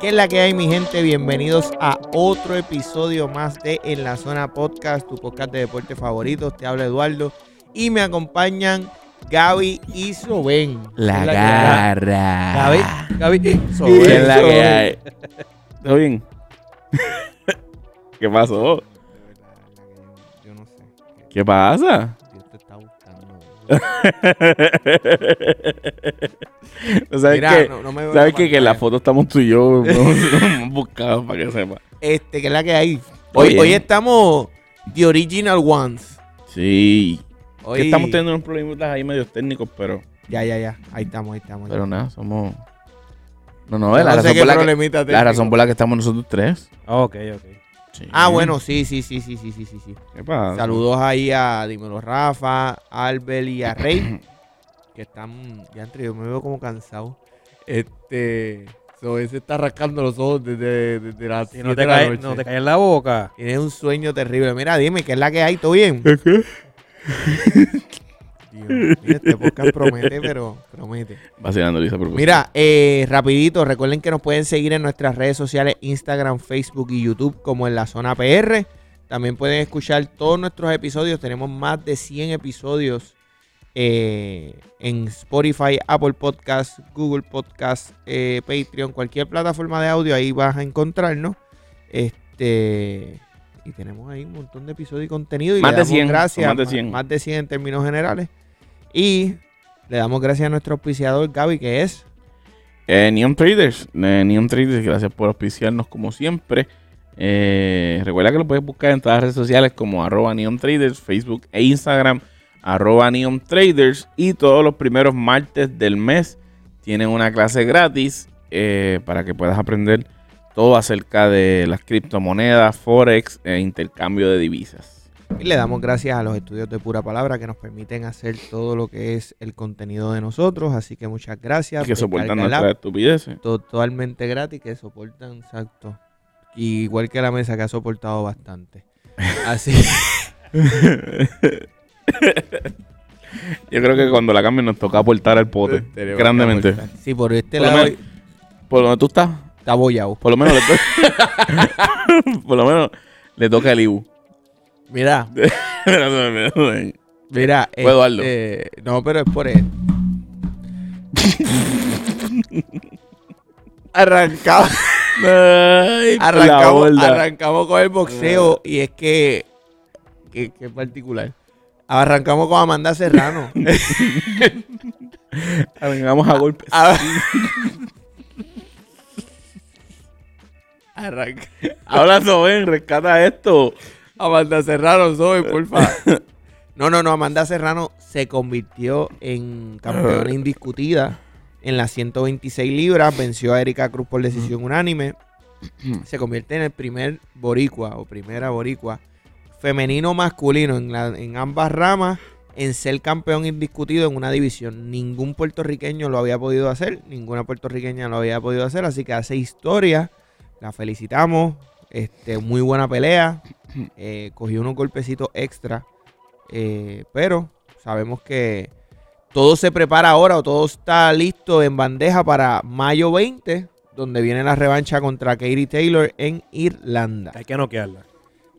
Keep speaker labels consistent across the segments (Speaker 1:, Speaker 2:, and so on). Speaker 1: ¿Qué es la que hay, mi gente? Bienvenidos a otro episodio más de En la Zona Podcast, tu podcast de deporte favorito. Te habla Eduardo y me acompañan Gaby y Soben.
Speaker 2: La
Speaker 3: Es la que
Speaker 2: garra.
Speaker 3: Gaby, Gaby,
Speaker 2: ¿Qué es la
Speaker 3: Soben.
Speaker 2: que hay? ¿Todo bien? ¿Qué pasó?
Speaker 1: Yo no sé.
Speaker 2: ¿Qué pasa?
Speaker 1: Dios te está buscando.
Speaker 2: ¿No ¿Sabes
Speaker 1: Mira,
Speaker 2: qué?
Speaker 1: no- no me veo
Speaker 2: ¿Sabes
Speaker 1: la
Speaker 2: qué? Que en la
Speaker 1: pantalla.
Speaker 2: foto estamos tú y yo. Hemos buscado para que sepa.
Speaker 1: Este, ¿qué es la que hay?
Speaker 2: Muy
Speaker 1: Hoy,
Speaker 2: bien.
Speaker 1: hoy estamos The Original Ones.
Speaker 2: Sí.
Speaker 1: Hoy...
Speaker 2: Que estamos teniendo unos problemitas ahí medios técnicos, pero.
Speaker 1: Ya, ya, ya. Ahí estamos, ahí estamos.
Speaker 2: Pero nada, somos. No, no, la,
Speaker 1: No sé
Speaker 2: razón
Speaker 1: qué
Speaker 2: por la, que,
Speaker 1: problemita
Speaker 2: la
Speaker 1: técnico.
Speaker 2: razón por la que estamos nosotros tres.
Speaker 3: Ok, ok.
Speaker 2: Sí.
Speaker 1: Ah, bueno, sí, sí, sí, sí, sí, sí, sí. sí.
Speaker 2: ¿Qué pasa?
Speaker 1: Saludos ahí a Dímelo Rafa, Albert y a Rey. que están. Ya entre yo me veo como cansado. Este. Sobe se está rascando los ojos desde, desde las
Speaker 3: Si
Speaker 1: 7
Speaker 3: no
Speaker 1: de
Speaker 3: te,
Speaker 1: la
Speaker 3: cae,
Speaker 1: noche.
Speaker 3: no te cae en la boca.
Speaker 1: Tienes un sueño terrible. Mira, dime, ¿qué es la que hay? ¿Todo bien? Dios mío, este podcast promete, pero promete.
Speaker 2: Vacilando, Lisa, por
Speaker 1: Mira, eh, rapidito, recuerden que nos pueden seguir en nuestras redes sociales, Instagram, Facebook y YouTube, como en la zona PR. También pueden escuchar todos nuestros episodios. Tenemos más de 100 episodios eh, en Spotify, Apple Podcast, Google Podcast, eh, Patreon, cualquier plataforma de audio, ahí vas a encontrarnos. Este. Y tenemos ahí un montón de episodios y contenido. Y
Speaker 2: Más
Speaker 1: le
Speaker 2: de
Speaker 1: damos
Speaker 2: 100,
Speaker 1: gracias,
Speaker 2: más de
Speaker 1: ma-
Speaker 2: 100.
Speaker 1: Más de 100 en términos generales. Y le damos gracias a nuestro auspiciador Gaby, que es.
Speaker 2: Eh, Neon Traders, eh, Neon Traders, gracias por auspiciarnos como siempre. Eh, recuerda que lo puedes buscar en todas las redes sociales como arroba Neon Traders, Facebook e Instagram, arroba Neon Traders. Y todos los primeros martes del mes tienen una clase gratis eh, para que puedas aprender todo acerca de las criptomonedas, forex e intercambio de divisas.
Speaker 1: Y le damos gracias a los estudios de pura palabra que nos permiten hacer todo lo que es el contenido de nosotros. Así que muchas gracias.
Speaker 2: que soportan
Speaker 1: Descarga el app.
Speaker 2: nuestras estupideces.
Speaker 1: totalmente gratis que soportan, exacto. Y Igual que la mesa que ha soportado bastante. Así
Speaker 2: Yo creo que cuando la cambien nos toca aportar al pote grandemente. Pues
Speaker 1: sí, por este
Speaker 2: Por lo
Speaker 1: lado
Speaker 2: menos- ¿Por donde tú estás?
Speaker 1: está bollado.
Speaker 2: Por lo menos le toca. Por lo menos le toca el Ibu.
Speaker 1: Mira,
Speaker 2: Pero
Speaker 1: mira.
Speaker 2: Fue Eduardo.
Speaker 1: este, no, pero es por él. arrancamos, arrancamos, arrancamos con el
Speaker 2: Mm.
Speaker 1: boxeo y es que, que, que es particular. Arrancamos con Amanda Serrano.
Speaker 2: Arrancamos a golpes.
Speaker 1: A- Arranca.
Speaker 2: Ahora Soben, rescata esto.
Speaker 1: Amanda Serrano, soy, porfa. No, no, no. Amanda Serrano se convirtió en campeona indiscutida en las 126 libras. Venció a Erika Cruz por decisión unánime. Se convierte en el primer boricua o primera boricua femenino masculino en, la- en ambas ramas en ser campeón indiscutido en una división. Ningún puertorriqueño lo había podido hacer, ninguna puertorriqueña lo había podido hacer, así que hace historia. La felicitamos. Este, muy buena pelea. Eh, cogió unos golpecitos extra. eh, pero sabemos que todo se prepara ahora o todo está listo en bandeja para mayo 20, donde viene la revancha contra Katie Taylor en Irlanda,
Speaker 3: Hay que noquearla.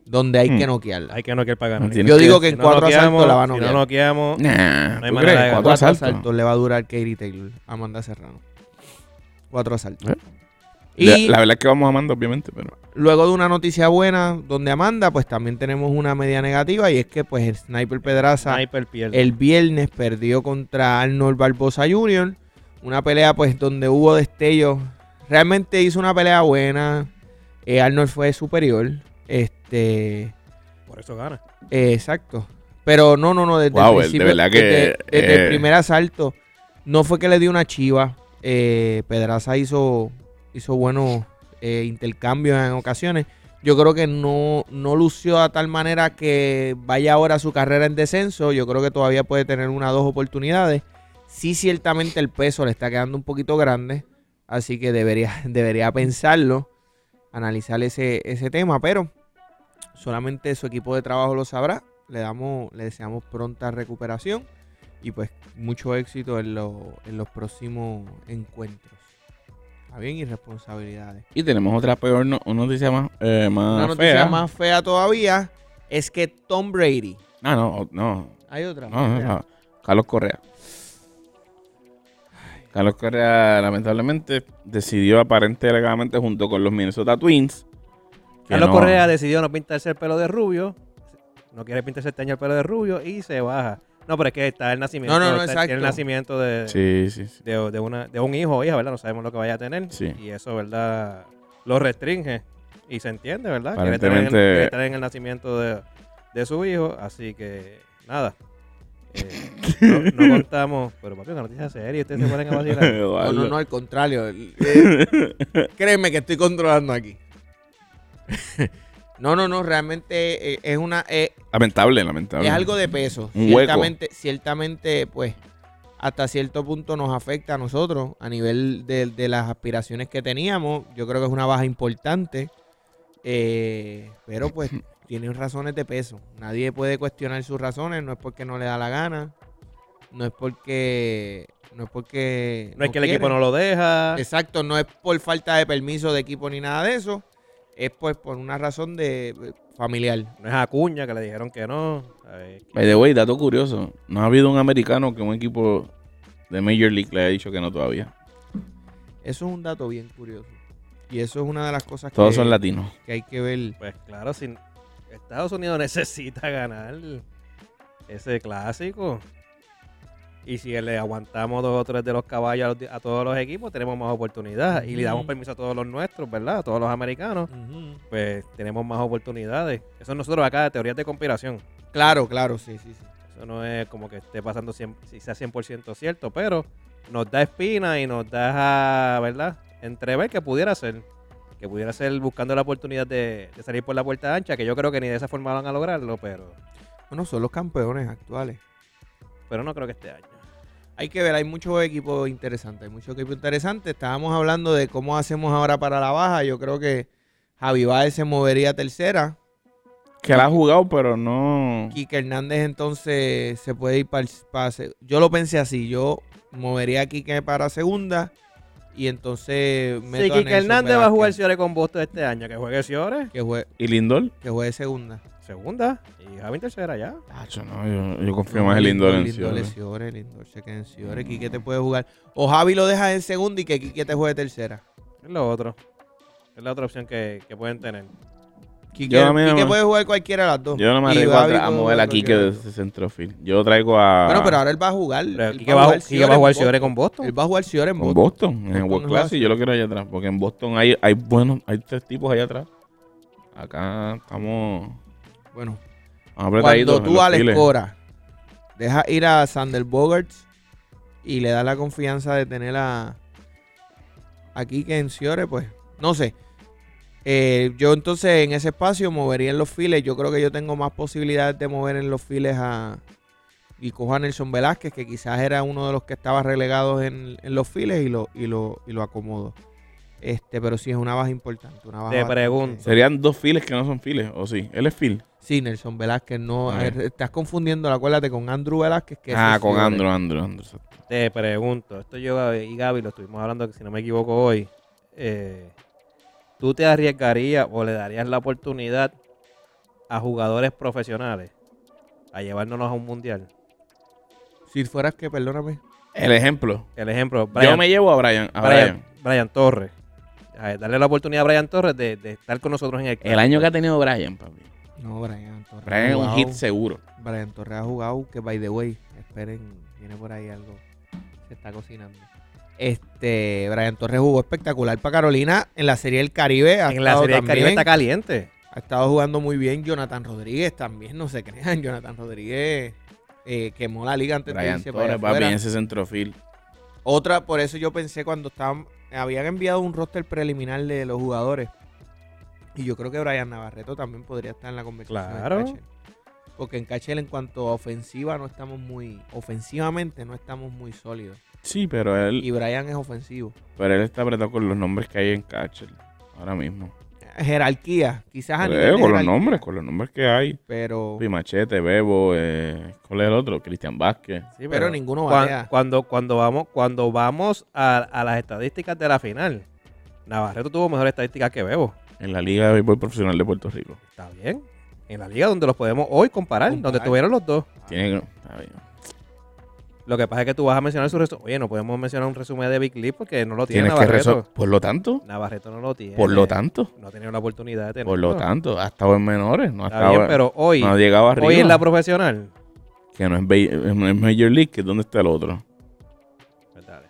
Speaker 1: donde hay que
Speaker 2: Hmm.
Speaker 1: noquearla.
Speaker 3: Hay que noquear para ganar.
Speaker 2: No tiene-
Speaker 1: Yo
Speaker 2: que-
Speaker 1: digo que en
Speaker 3: Si no
Speaker 1: cuatro asaltos
Speaker 3: noqueamos,
Speaker 1: la van a
Speaker 3: Si no
Speaker 1: noquear.
Speaker 3: noqueamos,
Speaker 2: Nah,
Speaker 3: No hay
Speaker 2: ¿tú
Speaker 3: manera
Speaker 2: crees?
Speaker 3: de
Speaker 2: Cuatro
Speaker 1: Cuatro asaltos.
Speaker 2: asaltos.
Speaker 1: le va a durar Katie Taylor, Amanda Serrano. Cuatro asaltos.
Speaker 2: ¿Eh? La,
Speaker 1: Y
Speaker 2: la verdad es que vamos amando, obviamente, pero.
Speaker 1: luego de una noticia buena donde Amanda, pues también tenemos una media negativa y es que pues el Sniper Pedraza
Speaker 3: sniper pierde.
Speaker 1: el viernes perdió contra Arnold Barbosa Jr. Una pelea pues donde hubo destellos. Realmente hizo una pelea buena. Eh, Arnold fue superior. Este,
Speaker 3: Por eso gana.
Speaker 1: eh, exacto. Pero no, no, no, desde
Speaker 2: Wow,
Speaker 1: el
Speaker 2: de
Speaker 1: principio,
Speaker 2: verdad que,
Speaker 1: desde, desde el
Speaker 2: eh,
Speaker 1: primer asalto, no fue que le dio una chiva. Eh, Pedraza hizo, hizo buenos eh, intercambios en ocasiones. Yo creo que no, no lució a tal manera que vaya ahora su carrera en descenso. Yo creo que todavía puede tener una o dos oportunidades. Sí, ciertamente el peso le está quedando un poquito grande. Así que debería, debería pensarlo, analizar ese, ese tema, pero solamente su equipo de trabajo lo sabrá. Le damos, le deseamos pronta recuperación y pues mucho éxito en, lo- en los próximos encuentros. Está bien, irresponsabilidades.
Speaker 2: Y tenemos otra peor, no, una noticia más, eh, más
Speaker 1: Una noticia
Speaker 2: fea.
Speaker 1: más fea todavía es que Tom Brady.
Speaker 2: Ah, no, no,
Speaker 1: Hay otra.
Speaker 2: no, no,
Speaker 1: Mira.
Speaker 2: no. Carlos Correa. Carlos Correa, lamentablemente, decidió aparentemente legalmente junto con los Minnesota Twins. que
Speaker 3: Carlos
Speaker 2: no-
Speaker 3: Correa decidió no pintarse el pelo de rubio. No quiere pintarse este año el pelo de rubio y se baja. No, pero es que está el nacimiento.
Speaker 1: No, no, no,
Speaker 3: está-
Speaker 1: exacto.
Speaker 3: tiene el nacimiento de,
Speaker 2: Sí, sí, sí.
Speaker 3: de, de una, de un hijo o hija, ¿verdad? No sabemos lo que vaya a tener.
Speaker 2: Sí.
Speaker 3: Y eso, ¿verdad? Lo restringe. Y se entiende, ¿verdad? Quiere estar, en,
Speaker 2: Aparentemente-
Speaker 3: quiere estar en el nacimiento de, de su hijo. Así que, nada. Eh, no, no contamos. Pero, papi, una noticia seria. Ustedes se ponen a vacilar.
Speaker 1: No,
Speaker 2: Eduardo.
Speaker 1: no, no, al contrario. El- eh, créeme que estoy controlando aquí. no, no, no, realmente eh, es una eh,
Speaker 2: Lamentable, lamentable.
Speaker 1: es algo de peso.
Speaker 2: Un hueco.
Speaker 1: ciertamente, ciertamente, pues, hasta cierto punto nos afecta a nosotros a nivel de, de las aspiraciones que teníamos. Yo creo que es una baja importante. Eh, pero pues tienen razones de peso. Nadie puede cuestionar sus razones. No es porque no le da la gana. No es porque. No es porque.
Speaker 3: No es que el
Speaker 1: quiere.
Speaker 3: equipo no lo deja.
Speaker 1: Exacto, no es por falta de permiso de equipo ni nada de eso. Es pues por una razón de eh, familiar.
Speaker 3: No es Acuña, que le dijeron que no. Ay,
Speaker 2: By the way, dato curioso. No ha habido un americano que un equipo de Major League le haya dicho que no todavía.
Speaker 1: Eso es un dato bien curioso. Y eso es una de las cosas que,
Speaker 2: Todos son latinos.
Speaker 1: que hay que ver.
Speaker 3: Pues claro, si Estados Unidos necesita ganar ese clásico. Y si le aguantamos dos o tres de los caballos a los di- a todos los equipos, tenemos más oportunidades. Y le damos
Speaker 1: Ujú.
Speaker 3: permiso a todos los nuestros, ¿verdad? A todos los americanos, pues tenemos más oportunidades. Eso nosotros acá, teorías de conspiración.
Speaker 1: Claro, claro, sí, sí, sí.
Speaker 3: Eso no es como que esté pasando cien- si sea 100% cierto, pero nos da espina y nos deja, ¿verdad? Entrever que pudiera ser. Que pudiera ser buscando la oportunidad de, de salir por la puerta ancha, que yo creo que ni de esa forma van a lograrlo, pero,
Speaker 1: Bueno, son los campeones actuales.
Speaker 3: pero no creo que este año.
Speaker 1: Hay que ver, hay muchos equipos interesantes, hay muchos equipos interesantes. Estábamos hablando de cómo hacemos ahora para la baja. Yo creo que Javi Baez se movería a tercera.
Speaker 2: Que la ha jugado, pero no.
Speaker 1: Quique Hernández entonces se puede ir para, Yo lo pensé así, yo movería a Quique para segunda y entonces
Speaker 3: Sí,
Speaker 1: a
Speaker 3: Kike
Speaker 1: Nelson
Speaker 3: Hernández va a jugar
Speaker 1: Velázquez,
Speaker 3: Ciore con Boston este año. Que juegue Ciore,
Speaker 1: que juegue,
Speaker 2: ¿Y Lindor?
Speaker 1: que juegue segunda.
Speaker 3: segunda, y Javi en tercera ya.
Speaker 2: Tacho, no, yo, yo confío más en Lindor en
Speaker 1: Lindor
Speaker 2: Ciore.
Speaker 1: es Ciore, Lindor se queda en Ciore, Quique te puede jugar. O Javi lo deja en segunda y que Quique te juegue tercera.
Speaker 3: Es lo otro. Es la otra opción que, que pueden tener.
Speaker 1: Quique,
Speaker 2: Yo a mí no
Speaker 1: Quique
Speaker 2: me-
Speaker 1: puede jugar cualquiera de las dos.
Speaker 2: Yo no me
Speaker 1: Y
Speaker 2: arriesgo
Speaker 1: Javi
Speaker 2: a, tra- a
Speaker 1: puede
Speaker 2: mover
Speaker 1: jugar
Speaker 2: aquí que
Speaker 1: cualquiera de
Speaker 2: de Ah.
Speaker 1: las dos.
Speaker 2: ese centrofil. Yo traigo a.
Speaker 1: Bueno, pero ahora él va a jugar.
Speaker 3: Pero
Speaker 1: él
Speaker 3: Kike va, a ju- Kike va a jugar
Speaker 1: en Boston.
Speaker 3: Ciore con Boston.
Speaker 1: Él va a jugar Ciore en
Speaker 2: Con
Speaker 1: Boston.
Speaker 2: Boston, en el
Speaker 1: Boston
Speaker 2: World
Speaker 1: no lo
Speaker 2: Class,
Speaker 1: hace.
Speaker 2: y yo lo quiero allá atrás, porque en Boston hay, hay buenos, hay tres tipos allá atrás. Acá estamos
Speaker 1: Bueno,
Speaker 2: apretados.
Speaker 1: Cuando tú, Alex Cora, dejas ir a Sander Bogarts y le das la confianza de tener a, a Kike en Ciore, pues no sé. Eh, yo entonces en ese espacio movería en los files. Yo creo que yo tengo más posibilidades de mover en los files a. Y cojo a Nelson Velázquez, que quizás era uno de los que estaba relegados en, en los files y lo, y lo, y lo acomodo. Este, pero sí es una baja importante. Una baja
Speaker 3: Te
Speaker 1: bastante-
Speaker 3: pregunto.
Speaker 2: Serían dos files que no son files, o sí. Él es fil.
Speaker 1: Sí, Nelson Velázquez, no.
Speaker 2: Ok.
Speaker 1: eh, Estás confundiendo, acuérdate, con Andrew Velázquez. Que ese
Speaker 2: Ah,
Speaker 1: es
Speaker 2: con
Speaker 1: Fiore.
Speaker 2: Andro, Andro, Andro. exacto.
Speaker 3: Te pregunto, esto yo Gaby- y Gaby lo estuvimos hablando, si no me equivoco hoy. eh, ¿Tú te arriesgarías o le darías la oportunidad a jugadores profesionales a llevárnoslos a un mundial?
Speaker 1: Si fueras que, perdóname.
Speaker 2: El ejemplo.
Speaker 3: El ejemplo, Brian,
Speaker 2: Yo me llevo a Brian. A Brian.
Speaker 3: Brian- Brian Torres. A ver, darle la oportunidad a Brian Torres de, de estar con nosotros en el
Speaker 2: El año que ha tenido Brian, papi.
Speaker 1: No, Brian Torres.
Speaker 2: Brian es
Speaker 1: ha
Speaker 2: un
Speaker 1: jugado-
Speaker 2: hit seguro.
Speaker 1: Brian Torres ha jugado, que by the way, esperen, viene por ahí algo. Se está cocinando. Este, Brian Torres jugó espectacular para Carolina en la Serie del Caribe. Ha
Speaker 3: En la
Speaker 1: estado
Speaker 3: Serie del Caribe
Speaker 1: también-
Speaker 3: está caliente.
Speaker 1: Ha estado jugando muy bien. Jonathan Rodríguez también, no se crean. Jonathan Rodríguez eh, quemó la liga antes de
Speaker 2: Brian
Speaker 1: irse para allá
Speaker 2: Torres, papi,
Speaker 1: afuera.
Speaker 2: ese centrofil.
Speaker 1: Otra, por eso yo pensé cuando estaban, habían enviado un roster preliminar de los jugadores. Y yo creo que Brian Navarreto también podría estar en la conversación. de
Speaker 3: Claro.
Speaker 1: Cachel. Porque en Cachel en cuanto a ofensiva no estamos muy, ofensivamente no estamos muy sólidos.
Speaker 2: Sí, pero él,
Speaker 1: Y Brian es ofensivo.
Speaker 2: pero él está apretado con los nombres que hay en Catcher ahora mismo.
Speaker 1: Jerarquía, quizás a
Speaker 2: Por
Speaker 1: nivel
Speaker 2: eso,
Speaker 1: de
Speaker 2: Eh, con los
Speaker 1: jerarquía,
Speaker 2: nombres, con los nombres que hay.
Speaker 1: Pero,
Speaker 2: Papi, Machete, Bebo, eh, ¿cuál es el otro? Cristian Vázquez.
Speaker 3: Sí,
Speaker 1: pero ninguno
Speaker 3: Cuan-
Speaker 1: batea.
Speaker 3: cuando, cuando vamos, cuando vamos a, a las estadísticas de la final, Navarreto tuvo mejor estadística que Bebo.
Speaker 2: En la Liga de Béisbol Profesional de Puerto Rico.
Speaker 3: Está bien. En la liga donde los podemos hoy comparar,
Speaker 1: Comparar.
Speaker 3: donde estuvieron los dos.
Speaker 2: Tiene está bien.
Speaker 3: Lo que pasa es que tú vas a mencionar su resumen. Oye, no podemos mencionar un resumen de Big League porque no lo tiene
Speaker 2: Tienes que
Speaker 3: Navarreto.
Speaker 2: resolver. Por lo tanto,
Speaker 3: Navarreto no lo tiene.
Speaker 2: por lo tanto,
Speaker 3: No ha tenido la oportunidad de tenerlo.
Speaker 2: por lo tanto, ha estado en menores, no ha
Speaker 3: Está bien,
Speaker 2: estado,
Speaker 3: pero hoy,
Speaker 2: no ha llegado arriba.
Speaker 3: hoy en la profesional.
Speaker 2: que no es, bay- no es Major League, que es donde está el otro.
Speaker 3: Pues Dale,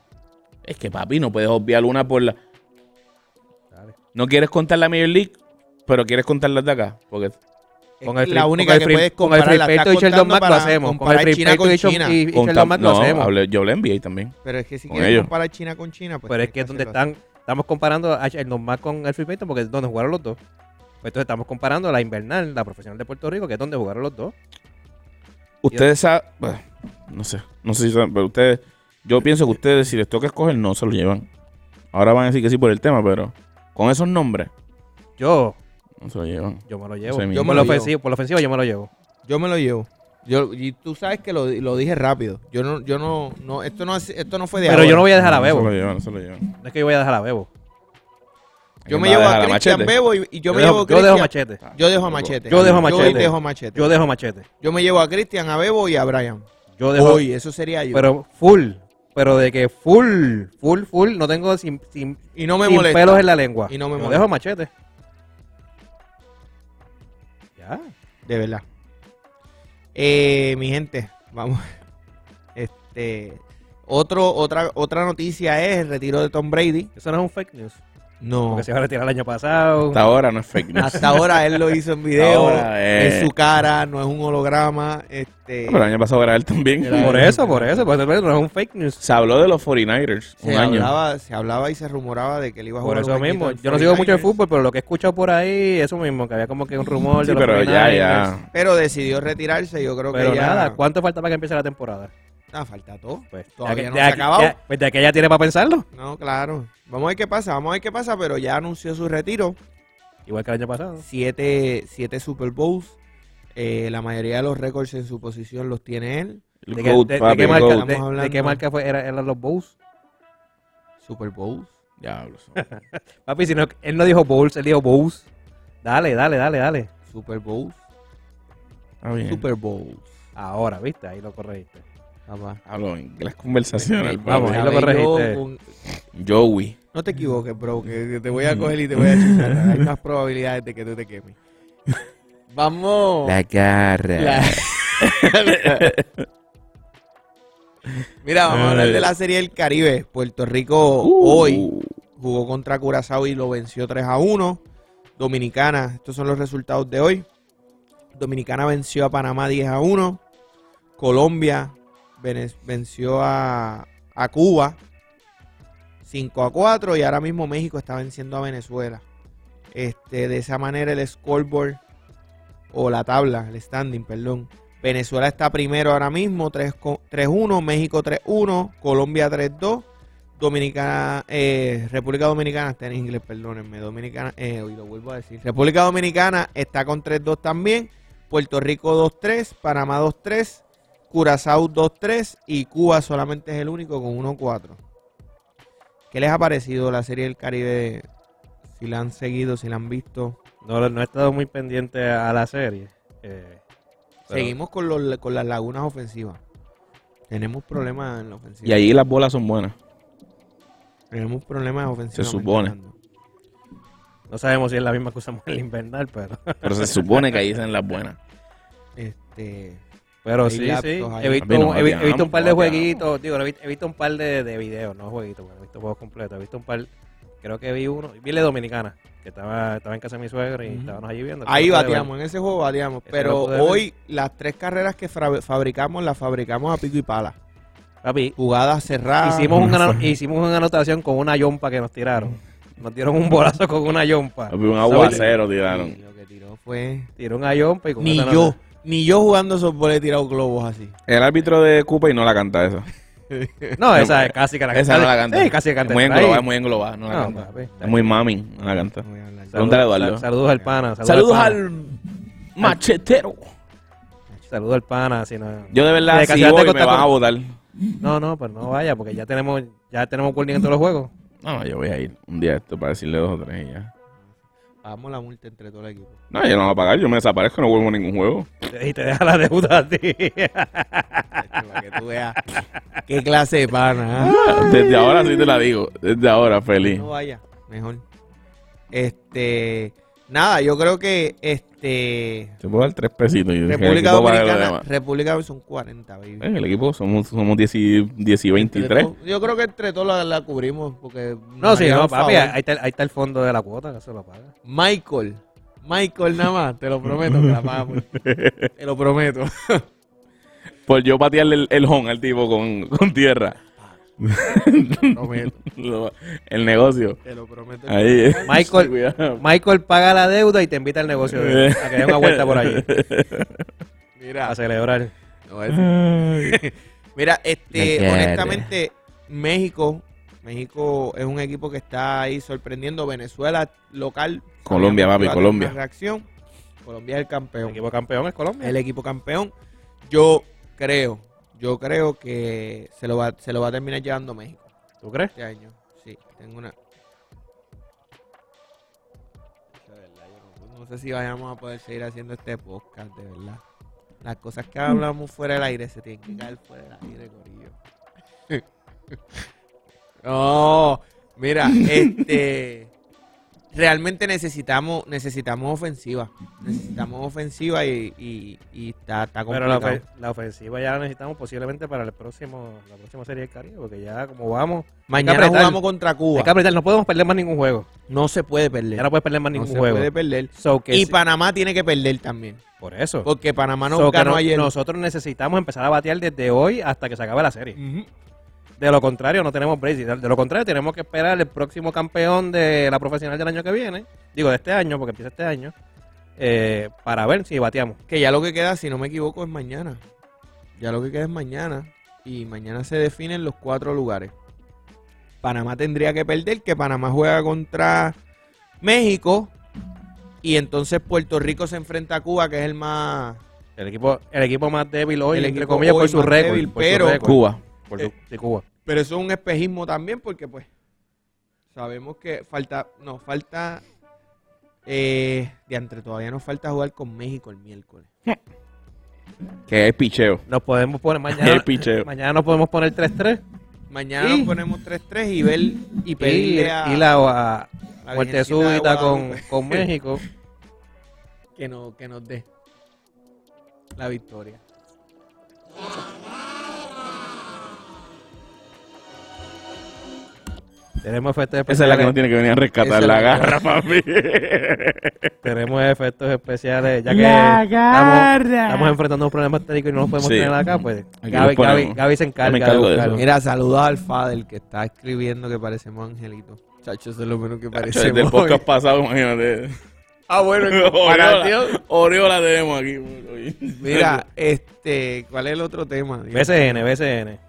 Speaker 2: Es que papi, no puedes obviar una por la.
Speaker 3: dale.
Speaker 2: No quieres contar la Major League, pero quieres contar las de acá. Porque
Speaker 3: Con el
Speaker 1: la
Speaker 3: free-
Speaker 1: única
Speaker 3: con el
Speaker 1: que
Speaker 3: free-
Speaker 1: puedes
Speaker 3: con el
Speaker 1: comparar la
Speaker 3: free
Speaker 1: estás
Speaker 3: pay to Sheldon
Speaker 1: contando
Speaker 3: Mack lo
Speaker 1: para
Speaker 3: hacemos. Con el
Speaker 1: comparar
Speaker 3: free
Speaker 1: China
Speaker 3: pay
Speaker 1: con
Speaker 3: to Sheldon-
Speaker 1: China.
Speaker 3: y- y
Speaker 2: contar-
Speaker 3: Sheldon Mack lo
Speaker 2: no,
Speaker 3: hacemos.
Speaker 2: hablé- yo hablé NBA también.
Speaker 1: Pero es que si
Speaker 2: Con
Speaker 1: quieres
Speaker 2: ellos.
Speaker 1: comparar China con China, pues
Speaker 3: pero
Speaker 1: tienes
Speaker 3: es que es donde
Speaker 1: hacerlo así.
Speaker 3: están, estamos comparando a Sheldon Mack con el Free Payton porque es donde jugaron los dos. Pues entonces estamos comparando la invernal, la profesional de Puerto Rico, que es donde jugaron los dos.
Speaker 2: Ustedes saben. no sé. No sé si saben, pero ustedes. Yo pienso que ustedes, si les toca escoger, no se lo llevan. Ahora van a decir que sí por el tema, pero con esos nombres,
Speaker 3: Yo,
Speaker 2: no se lo llevan.
Speaker 3: yo me lo llevo.
Speaker 2: Ese mismo.
Speaker 1: Yo me
Speaker 3: por,
Speaker 1: lo
Speaker 3: la
Speaker 1: llevo.
Speaker 3: ofensiva, por la ofensiva yo me lo llevo.
Speaker 1: Yo me lo llevo. Yo, y tú sabes que lo, lo dije rápido. Yo no, yo no, no, esto no, es- esto no fue de
Speaker 3: Pero
Speaker 1: ahora.
Speaker 3: yo no voy a dejar a
Speaker 2: Ah, No se
Speaker 3: Bebo.
Speaker 2: lo llevan, no se lo llevan.
Speaker 3: No es que yo voy a dejar a Bebo.
Speaker 1: Yo me
Speaker 2: Va
Speaker 1: llevo
Speaker 2: dejar
Speaker 1: a Cristian
Speaker 2: Machete.
Speaker 1: Bebo y, y yo, me llevo a
Speaker 3: dejo- yo dejo
Speaker 1: Christian-
Speaker 3: machete.
Speaker 1: Yo dejo a Machete.
Speaker 3: Yo dejo a
Speaker 1: Yo
Speaker 3: Machete.
Speaker 1: dejo a Machete.
Speaker 3: Yo dejo machete.
Speaker 1: Yo me llevo a Cristian, a Bebo y a Brian.
Speaker 3: Yo dejo.
Speaker 1: Hoy, eso sería yo.
Speaker 3: Pero full. Pero de que full, full, full. No tengo sin, sin,
Speaker 1: y no me
Speaker 3: sin
Speaker 1: molesta.
Speaker 3: pelos en la lengua.
Speaker 1: Y no me
Speaker 3: Yo
Speaker 1: molesta.
Speaker 3: dejo machete. Ya.
Speaker 1: De verdad. Eh, mi gente, vamos. Este, otro, otra, otra noticia es el retiro de Tom Brady.
Speaker 3: Eso no es un fake news.
Speaker 1: No.
Speaker 3: Porque se iba a retirar el año pasado.
Speaker 2: Hasta ahora no es fake news.
Speaker 1: Hasta ahora él lo hizo en video.
Speaker 2: Ahora, eh.
Speaker 1: Es su cara, no es un holograma. Este,
Speaker 2: Pero el año pasado era él también.
Speaker 1: Era-
Speaker 3: Por eso, por eso. Por eso no es un fake news.
Speaker 2: Se habló de los 49ers un
Speaker 1: se,
Speaker 2: año.
Speaker 1: hablaba, se hablaba y se rumoraba de que él iba a
Speaker 3: Por
Speaker 1: jugar.
Speaker 3: eso
Speaker 1: un
Speaker 3: mismo.
Speaker 1: añito en
Speaker 3: Yo no sigo mucho el
Speaker 1: 49ers,
Speaker 3: fútbol, pero lo que he escuchado por ahí, eso mismo, que había como que un rumor
Speaker 2: Sí,
Speaker 3: de los
Speaker 2: pero ya,
Speaker 3: 49ers.
Speaker 2: ya.
Speaker 1: Pero decidió retirarse. Yo creo
Speaker 3: Pero
Speaker 1: que ya.
Speaker 3: nada, ¿cuánto falta para que empiece la temporada?
Speaker 1: Ah, falta todo.
Speaker 3: Pues,
Speaker 1: Todavía
Speaker 3: ya que-
Speaker 1: no
Speaker 3: ya
Speaker 1: se ha
Speaker 3: que-
Speaker 1: acabado.
Speaker 3: ya- pues de que ya tiene para pensarlo.
Speaker 1: No, claro. Vamos a ver qué pasa, vamos a ver qué pasa, pero ya anunció su retiro.
Speaker 3: Igual que el año pasado.
Speaker 1: Siete, siete Super Bowls. Eh, la mayoría de los récords en su posición los tiene él.
Speaker 2: El
Speaker 3: ¿De, qué-
Speaker 2: GOAT,
Speaker 3: de- de
Speaker 2: papi,
Speaker 3: qué
Speaker 2: el
Speaker 3: marca,
Speaker 2: GOAT.
Speaker 1: Estamos
Speaker 3: de- de
Speaker 1: hablando.
Speaker 3: qué marca fue, era- eran los Bowls?
Speaker 1: Super Bowls.
Speaker 2: Diablo, son-
Speaker 3: Papi, si no, él no dijo Bowls, él dijo Bowls. Dale, dale, dale, dale.
Speaker 1: Super Bowls.
Speaker 2: Está bien.
Speaker 1: Super Bowls.
Speaker 3: Ahora, viste, ahí lo corregiste.
Speaker 1: Papá.
Speaker 2: Hablo en las conversaciones.
Speaker 3: Vamos, ahí lo
Speaker 1: Isabel,
Speaker 3: corregiste.
Speaker 1: yo con-
Speaker 2: Joey.
Speaker 1: No te equivoques, bro, que que te voy a coger y te voy a chingar. Hay más probabilidades de que tú te quemes. Vamos.
Speaker 2: garra.
Speaker 1: La- Mira, vamos a hablar de la Serie del Caribe. Puerto Rico
Speaker 2: Uh.
Speaker 1: hoy jugó contra Curazao y lo venció 3 a 1. Dominicana, estos son los resultados de hoy. Dominicana venció a Panamá 10 a 1. Colombia vene- venció a, a Cuba 5 a 4. Y ahora mismo México está venciendo a Venezuela. Este, de esa manera el scoreboard o la tabla, el standing, perdón. Venezuela está primero ahora mismo, 3 co- 3-1, México 3-1, Colombia 3-2, Dominicana, eh, República Dominicana está en inglés, perdónenme, Dominicana, eh, hoy lo vuelvo a decir. República Dominicana está con 3-2 también, Puerto Rico 2-3, Panamá 2-3, Curazao 2-3 y Cuba solamente es el único con 1-4. ¿Qué les ha parecido la Serie del Caribe? Si la han seguido, si la han visto.
Speaker 3: No, no he estado muy pendiente a la serie. eh, pero-
Speaker 1: Seguimos con, los, con las lagunas ofensivas. Tenemos problemas en la ofensiva.
Speaker 2: Y ahí las bolas son buenas.
Speaker 1: Tenemos problemas ofensivos.
Speaker 2: supone.
Speaker 3: No sabemos si es la misma que usamos en el invernal, pero,
Speaker 2: Pero se supone que ahí están las buenas.
Speaker 1: Este,
Speaker 3: pero
Speaker 1: Hay
Speaker 3: sí,
Speaker 1: lapsos
Speaker 3: sí.
Speaker 1: ahí.
Speaker 3: He visto,
Speaker 2: Papi, no
Speaker 3: he, vi- he visto un par de
Speaker 2: bateamos,
Speaker 3: jueguitos, digo, he vi- he visto un par de, de videos, no jueguitos, porque he visto juegos completos. He visto un par, creo que vi uno, vi la dominicana, que estaba, estaba en casa de mi suegro y
Speaker 1: Ujú.
Speaker 3: estábamos allí viendo.
Speaker 1: ahí
Speaker 3: Pero-
Speaker 1: bateamos, en Pues ese juego bateamos.
Speaker 3: Ese
Speaker 1: Pero
Speaker 3: lo pude ver.
Speaker 1: hoy las tres carreras que fra- fabricamos las fabricamos a pico y pala.
Speaker 3: Papi,
Speaker 1: Jugadas cerradas.
Speaker 3: Hicimos,
Speaker 2: no
Speaker 3: una, ano-
Speaker 2: fue.
Speaker 3: hicimos una anotación con una yompa que nos tiraron. Nos dieron un bolazo con una yompa.
Speaker 2: Papi, Un aguacero tiraron.
Speaker 1: Y lo que tiró fue...
Speaker 3: Tiró una yompa y con
Speaker 1: Ni
Speaker 3: esa
Speaker 1: yo,
Speaker 3: nota-
Speaker 1: ni yo jugando softball he tirado globos así.
Speaker 2: El árbitro de Cupa y no la canta esa.
Speaker 3: No, esa es casi que la
Speaker 2: Esa no la canta.
Speaker 3: Sí, casi que
Speaker 2: Es
Speaker 3: canta.
Speaker 2: muy
Speaker 3: Está ahí.
Speaker 2: englobada, es muy englobada. No la
Speaker 3: No,
Speaker 2: canta.
Speaker 3: papi.
Speaker 2: Es muy mami, no la canta.
Speaker 1: Voy a hablar.
Speaker 2: Salud. Pregúntale a Eduardo.
Speaker 3: sal- saludos al pana.
Speaker 2: Saludos
Speaker 3: pana.
Speaker 2: al machetero.
Speaker 3: Saludos al pana. Si no,
Speaker 2: Yo de verdad,
Speaker 3: De
Speaker 2: si
Speaker 3: casualidad
Speaker 2: voy,
Speaker 3: te
Speaker 2: me
Speaker 3: contacto-
Speaker 2: van a votar.
Speaker 3: no, no, pues no vaya, porque ya tenemos ya tenemos curling en todos los juegos.
Speaker 2: No, yo voy a ir un día a esto para decirle dos o tres y ya.
Speaker 1: Pagamos la multa entre todo el equipo.
Speaker 2: No, yo no voy a pagar, yo me desaparezco, no vuelvo a ningún juego.
Speaker 3: Y te deja la deuda a ti.
Speaker 1: Para que tú veas qué clase de pana. ¿ah?
Speaker 2: Desde ahora sí te la digo, desde ahora, feliz.
Speaker 1: No vaya, mejor. Este, nada, yo creo que este
Speaker 2: Te puedo dar tres pesitos. y que el
Speaker 1: República
Speaker 2: equipo pague lo
Speaker 1: Dominicana,
Speaker 2: demás.
Speaker 1: República Dominicana son 40, baby.
Speaker 2: Eh, el equipo somos, somos 10 y, 10 y
Speaker 1: Entre
Speaker 2: 23.
Speaker 1: todos- Yo creo que entre todos la, la cubrimos porque
Speaker 3: No,
Speaker 1: nos
Speaker 3: sí,
Speaker 1: haría
Speaker 3: no,
Speaker 1: un
Speaker 3: papi,
Speaker 1: favor.
Speaker 3: ahí está, el- ahí está el fondo de la cuota, que se lo paga.
Speaker 1: Michael, Michael nada más, te lo prometo que la pagamos. te lo prometo.
Speaker 2: Por yo patearle el, el home al tipo con, con tierra.
Speaker 1: Te lo prometo,
Speaker 2: Lo- el negocio.
Speaker 1: te lo prometo.
Speaker 2: Ahí.
Speaker 3: Michael-
Speaker 2: Cuidado.
Speaker 3: Michael paga la deuda y te invita al negocio de él, a que dé una vuelta por allí
Speaker 1: Mira,
Speaker 2: Ah,
Speaker 3: a celebrar.
Speaker 1: no, es-
Speaker 2: Ay.
Speaker 1: Mira,
Speaker 2: Me
Speaker 1: este,
Speaker 2: quiere.
Speaker 1: honestamente, México, México es un equipo que está ahí sorprendiendo. Venezuela local.
Speaker 2: Colombia,
Speaker 1: sabíamos que iba
Speaker 2: papi,
Speaker 1: a tener
Speaker 2: Colombia.
Speaker 1: una Reacción. Colombia es el
Speaker 3: El
Speaker 1: campeón.
Speaker 3: equipo campeón es Colombia.
Speaker 1: El equipo campeón. Yo creo, yo creo que se lo va, se lo va a terminar llevando México
Speaker 3: ¿Tú crees?
Speaker 1: este año. Sí, tengo una. De verdad, yo no- No sé si vayamos a poder seguir haciendo este podcast, de verdad. Las cosas que hablamos fuera del aire se tienen que caer fuera del aire, Corillo. No, Oh, mira, este. Realmente necesitamos, necesitamos ofensiva. Necesitamos ofensiva y, y- y está, está
Speaker 3: Pero la,
Speaker 1: complicado.
Speaker 3: ofen- la ofensiva ya la necesitamos posiblemente para el próximo, la próxima serie del Caribe, porque ya como vamos,
Speaker 1: Mañana
Speaker 3: apretar.
Speaker 1: jugamos contra
Speaker 3: hay que
Speaker 1: Cuba.
Speaker 3: apretar, no podemos perder más ningún juego.
Speaker 1: No se puede
Speaker 3: Ya
Speaker 1: perder.
Speaker 3: no puedes perder más
Speaker 1: No
Speaker 3: ningún
Speaker 1: se
Speaker 3: juego.
Speaker 1: puede perder.
Speaker 3: So que
Speaker 1: Y
Speaker 3: si-
Speaker 1: Panamá tiene que perder también.
Speaker 3: por eso.
Speaker 1: Porque Panamá no
Speaker 3: So que
Speaker 1: ganó
Speaker 3: no-
Speaker 1: ayer.
Speaker 3: Nosotros necesitamos empezar a batear desde hoy hasta que se acabe la serie.
Speaker 1: Ujú.
Speaker 3: De lo contrario, no tenemos Brazy. De de lo contrario, tenemos que esperar el próximo campeón de la profesional del año que viene. Digo, de este año, porque empieza este año. eh, para ver si bateamos.
Speaker 1: Que ya lo que queda, si no me equivoco, es mañana. Ya lo que queda es mañana. Y mañana se definen los cuatro lugares. Panamá tendría que perder, que Panamá juega contra México. Y entonces Puerto Rico se enfrenta a Cuba, que es el más...
Speaker 3: El equipo, el equipo más débil hoy,
Speaker 1: El
Speaker 3: entre
Speaker 1: equipo
Speaker 3: comillas,
Speaker 1: hoy
Speaker 3: por su
Speaker 1: más
Speaker 3: récord.
Speaker 1: débil,
Speaker 3: por su
Speaker 1: pero-
Speaker 3: récord,
Speaker 2: Cuba.
Speaker 3: por su-
Speaker 1: Eh.
Speaker 3: de Cuba.
Speaker 1: Pero eso es un espejismo también, porque pues sabemos que falta... Nos falta... Eh, de entre todavía nos falta jugar con México el miércoles.
Speaker 2: Que es picheo.
Speaker 3: Nos podemos poner
Speaker 2: Es
Speaker 3: mañana.
Speaker 2: picheo.
Speaker 3: mañana nos podemos poner 3-3
Speaker 1: Mañana
Speaker 3: Y-
Speaker 1: nos ponemos 3-3 y ver y
Speaker 3: y, y,
Speaker 1: pedirle a,
Speaker 3: la a-
Speaker 1: a la
Speaker 3: muerte
Speaker 1: Virgencita de
Speaker 3: súbita con,
Speaker 1: Guadalupe
Speaker 3: con México.
Speaker 1: que, no, que nos dé la victoria.
Speaker 3: tenemos efectos especiales.
Speaker 2: Esa es la que no tiene que venir a
Speaker 1: Esa
Speaker 2: rescatar
Speaker 1: es
Speaker 2: la
Speaker 1: la que-
Speaker 2: garra, papi.
Speaker 3: Tenemos efectos especiales, ya que
Speaker 2: La
Speaker 3: estamos, estamos enfrentando un problema técnico y no los podemos
Speaker 2: Sí.
Speaker 3: tener acá, pues
Speaker 2: Aquí
Speaker 3: Gaby,
Speaker 2: los ponemos.
Speaker 3: Gaby- Gaby se
Speaker 2: me
Speaker 3: encarga de
Speaker 2: encargo de
Speaker 3: buscarlo.
Speaker 2: eso.
Speaker 1: Mira, saludos al Fadel que está escribiendo que parecemos angelitos. Chacho, eso es lo menos que parecemos.
Speaker 2: Desde el podcast pasado, imagínate.
Speaker 1: Ah, bueno, en comparación.
Speaker 2: Oriola, Oriola tenemos aquí. hoy.
Speaker 1: Mira, este, ¿cuál es el otro tema?
Speaker 3: BCN, BCN.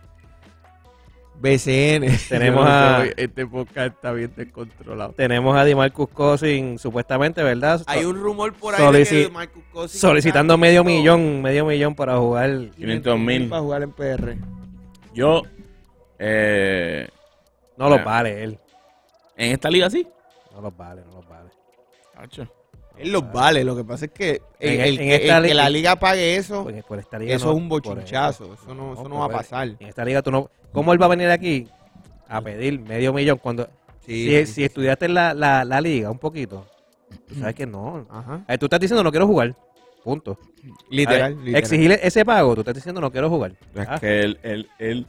Speaker 1: BCN.
Speaker 3: Tenemos
Speaker 1: Yo no sé,
Speaker 3: a-
Speaker 1: hoy Este podcast está bien descontrolado.
Speaker 3: Tenemos a Dimarcus Cosin, supuestamente, ¿verdad?
Speaker 1: Hay un rumor por ahí
Speaker 3: Solici-
Speaker 1: de que Marcus Cosi
Speaker 3: Solicitando medio millón, medio millón para jugar.
Speaker 2: 500 mil.
Speaker 1: para jugar en PR.
Speaker 2: Yo, eh,
Speaker 3: No los
Speaker 2: Ah.
Speaker 3: vale él.
Speaker 2: en esta liga sí.
Speaker 3: No los vale, no los vale.
Speaker 1: Él los vale, lo que pasa es que el,
Speaker 3: En- e-
Speaker 1: el
Speaker 3: en
Speaker 1: que,
Speaker 3: esta
Speaker 1: el que
Speaker 3: li-
Speaker 1: la liga pague eso,
Speaker 3: Porque Pues, por esta liga
Speaker 1: eso
Speaker 3: no-
Speaker 1: es un
Speaker 3: por eso.
Speaker 1: bochinchazo, eso no, eso no va a
Speaker 3: puede.
Speaker 1: pasar.
Speaker 3: En esta liga tú no... ¿Cómo él va a venir aquí a pedir medio millón cuando... si, si estudiaste la, la, la liga un poquito, tú sabes que no.
Speaker 1: Ajá.
Speaker 3: Eh, tú estás diciendo no quiero jugar. Punto.
Speaker 1: Literal,
Speaker 3: A ver,
Speaker 1: literal.
Speaker 3: Exigirle ese pago, tú estás diciendo no quiero jugar.
Speaker 2: Es
Speaker 3: Ah,
Speaker 2: que el, el, el,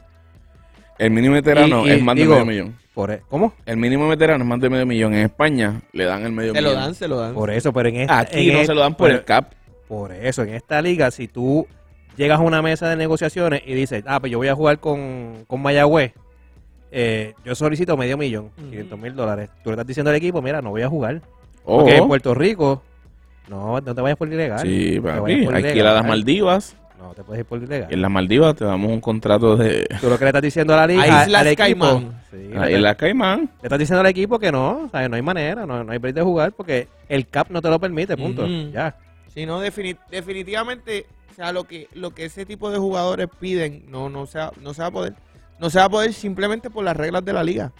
Speaker 2: el mínimo veterano
Speaker 3: Y- y
Speaker 2: es más
Speaker 3: digo-
Speaker 2: de medio millón.
Speaker 3: por e- ¿Cómo?
Speaker 2: El mínimo veterano es más de medio millón. En España le dan el medio
Speaker 1: Se lo
Speaker 2: millón.
Speaker 1: dan, se lo dan.
Speaker 3: Por eso, pero en esta...
Speaker 2: Aquí
Speaker 3: en
Speaker 2: no
Speaker 3: e-
Speaker 2: se lo dan por el cap.
Speaker 3: Por eso, en esta liga, si tú llegas a una mesa de negociaciones y dices, ah, pues yo voy a jugar con, con Mayagüez, eh, yo solicito medio millón,
Speaker 1: Ujú.
Speaker 3: 500 mil dólares. Tú le estás diciendo al equipo, mira, no voy a jugar.
Speaker 2: Oh,
Speaker 3: Porque en Puerto Rico, no, no te vayas por ilegal.
Speaker 2: sí,
Speaker 3: Te vayas
Speaker 2: papi.
Speaker 3: por
Speaker 2: Aquí
Speaker 3: ilegal.
Speaker 2: a las Maldivas.
Speaker 3: No, te puedes ir por
Speaker 2: y En
Speaker 3: ilegal.
Speaker 2: las Maldivas te damos un contrato de...
Speaker 3: Tú lo que le estás diciendo a la liga,
Speaker 1: A
Speaker 3: a-
Speaker 1: Islas
Speaker 3: al equipo,
Speaker 1: Caimán.
Speaker 3: sí,
Speaker 2: Ah,
Speaker 3: le,
Speaker 2: En las Caimán.
Speaker 3: le estás diciendo al equipo que no, o sea, no hay manera, no, no hay break de jugar porque el cap no te lo permite, punto.
Speaker 1: Ujú.
Speaker 3: Ya.
Speaker 1: Si no, defini- definitivamente, o sea, lo que, lo que ese tipo de jugadores piden, no, no, se va- no se va a poder. No se va a poder simplemente por las reglas de la liga.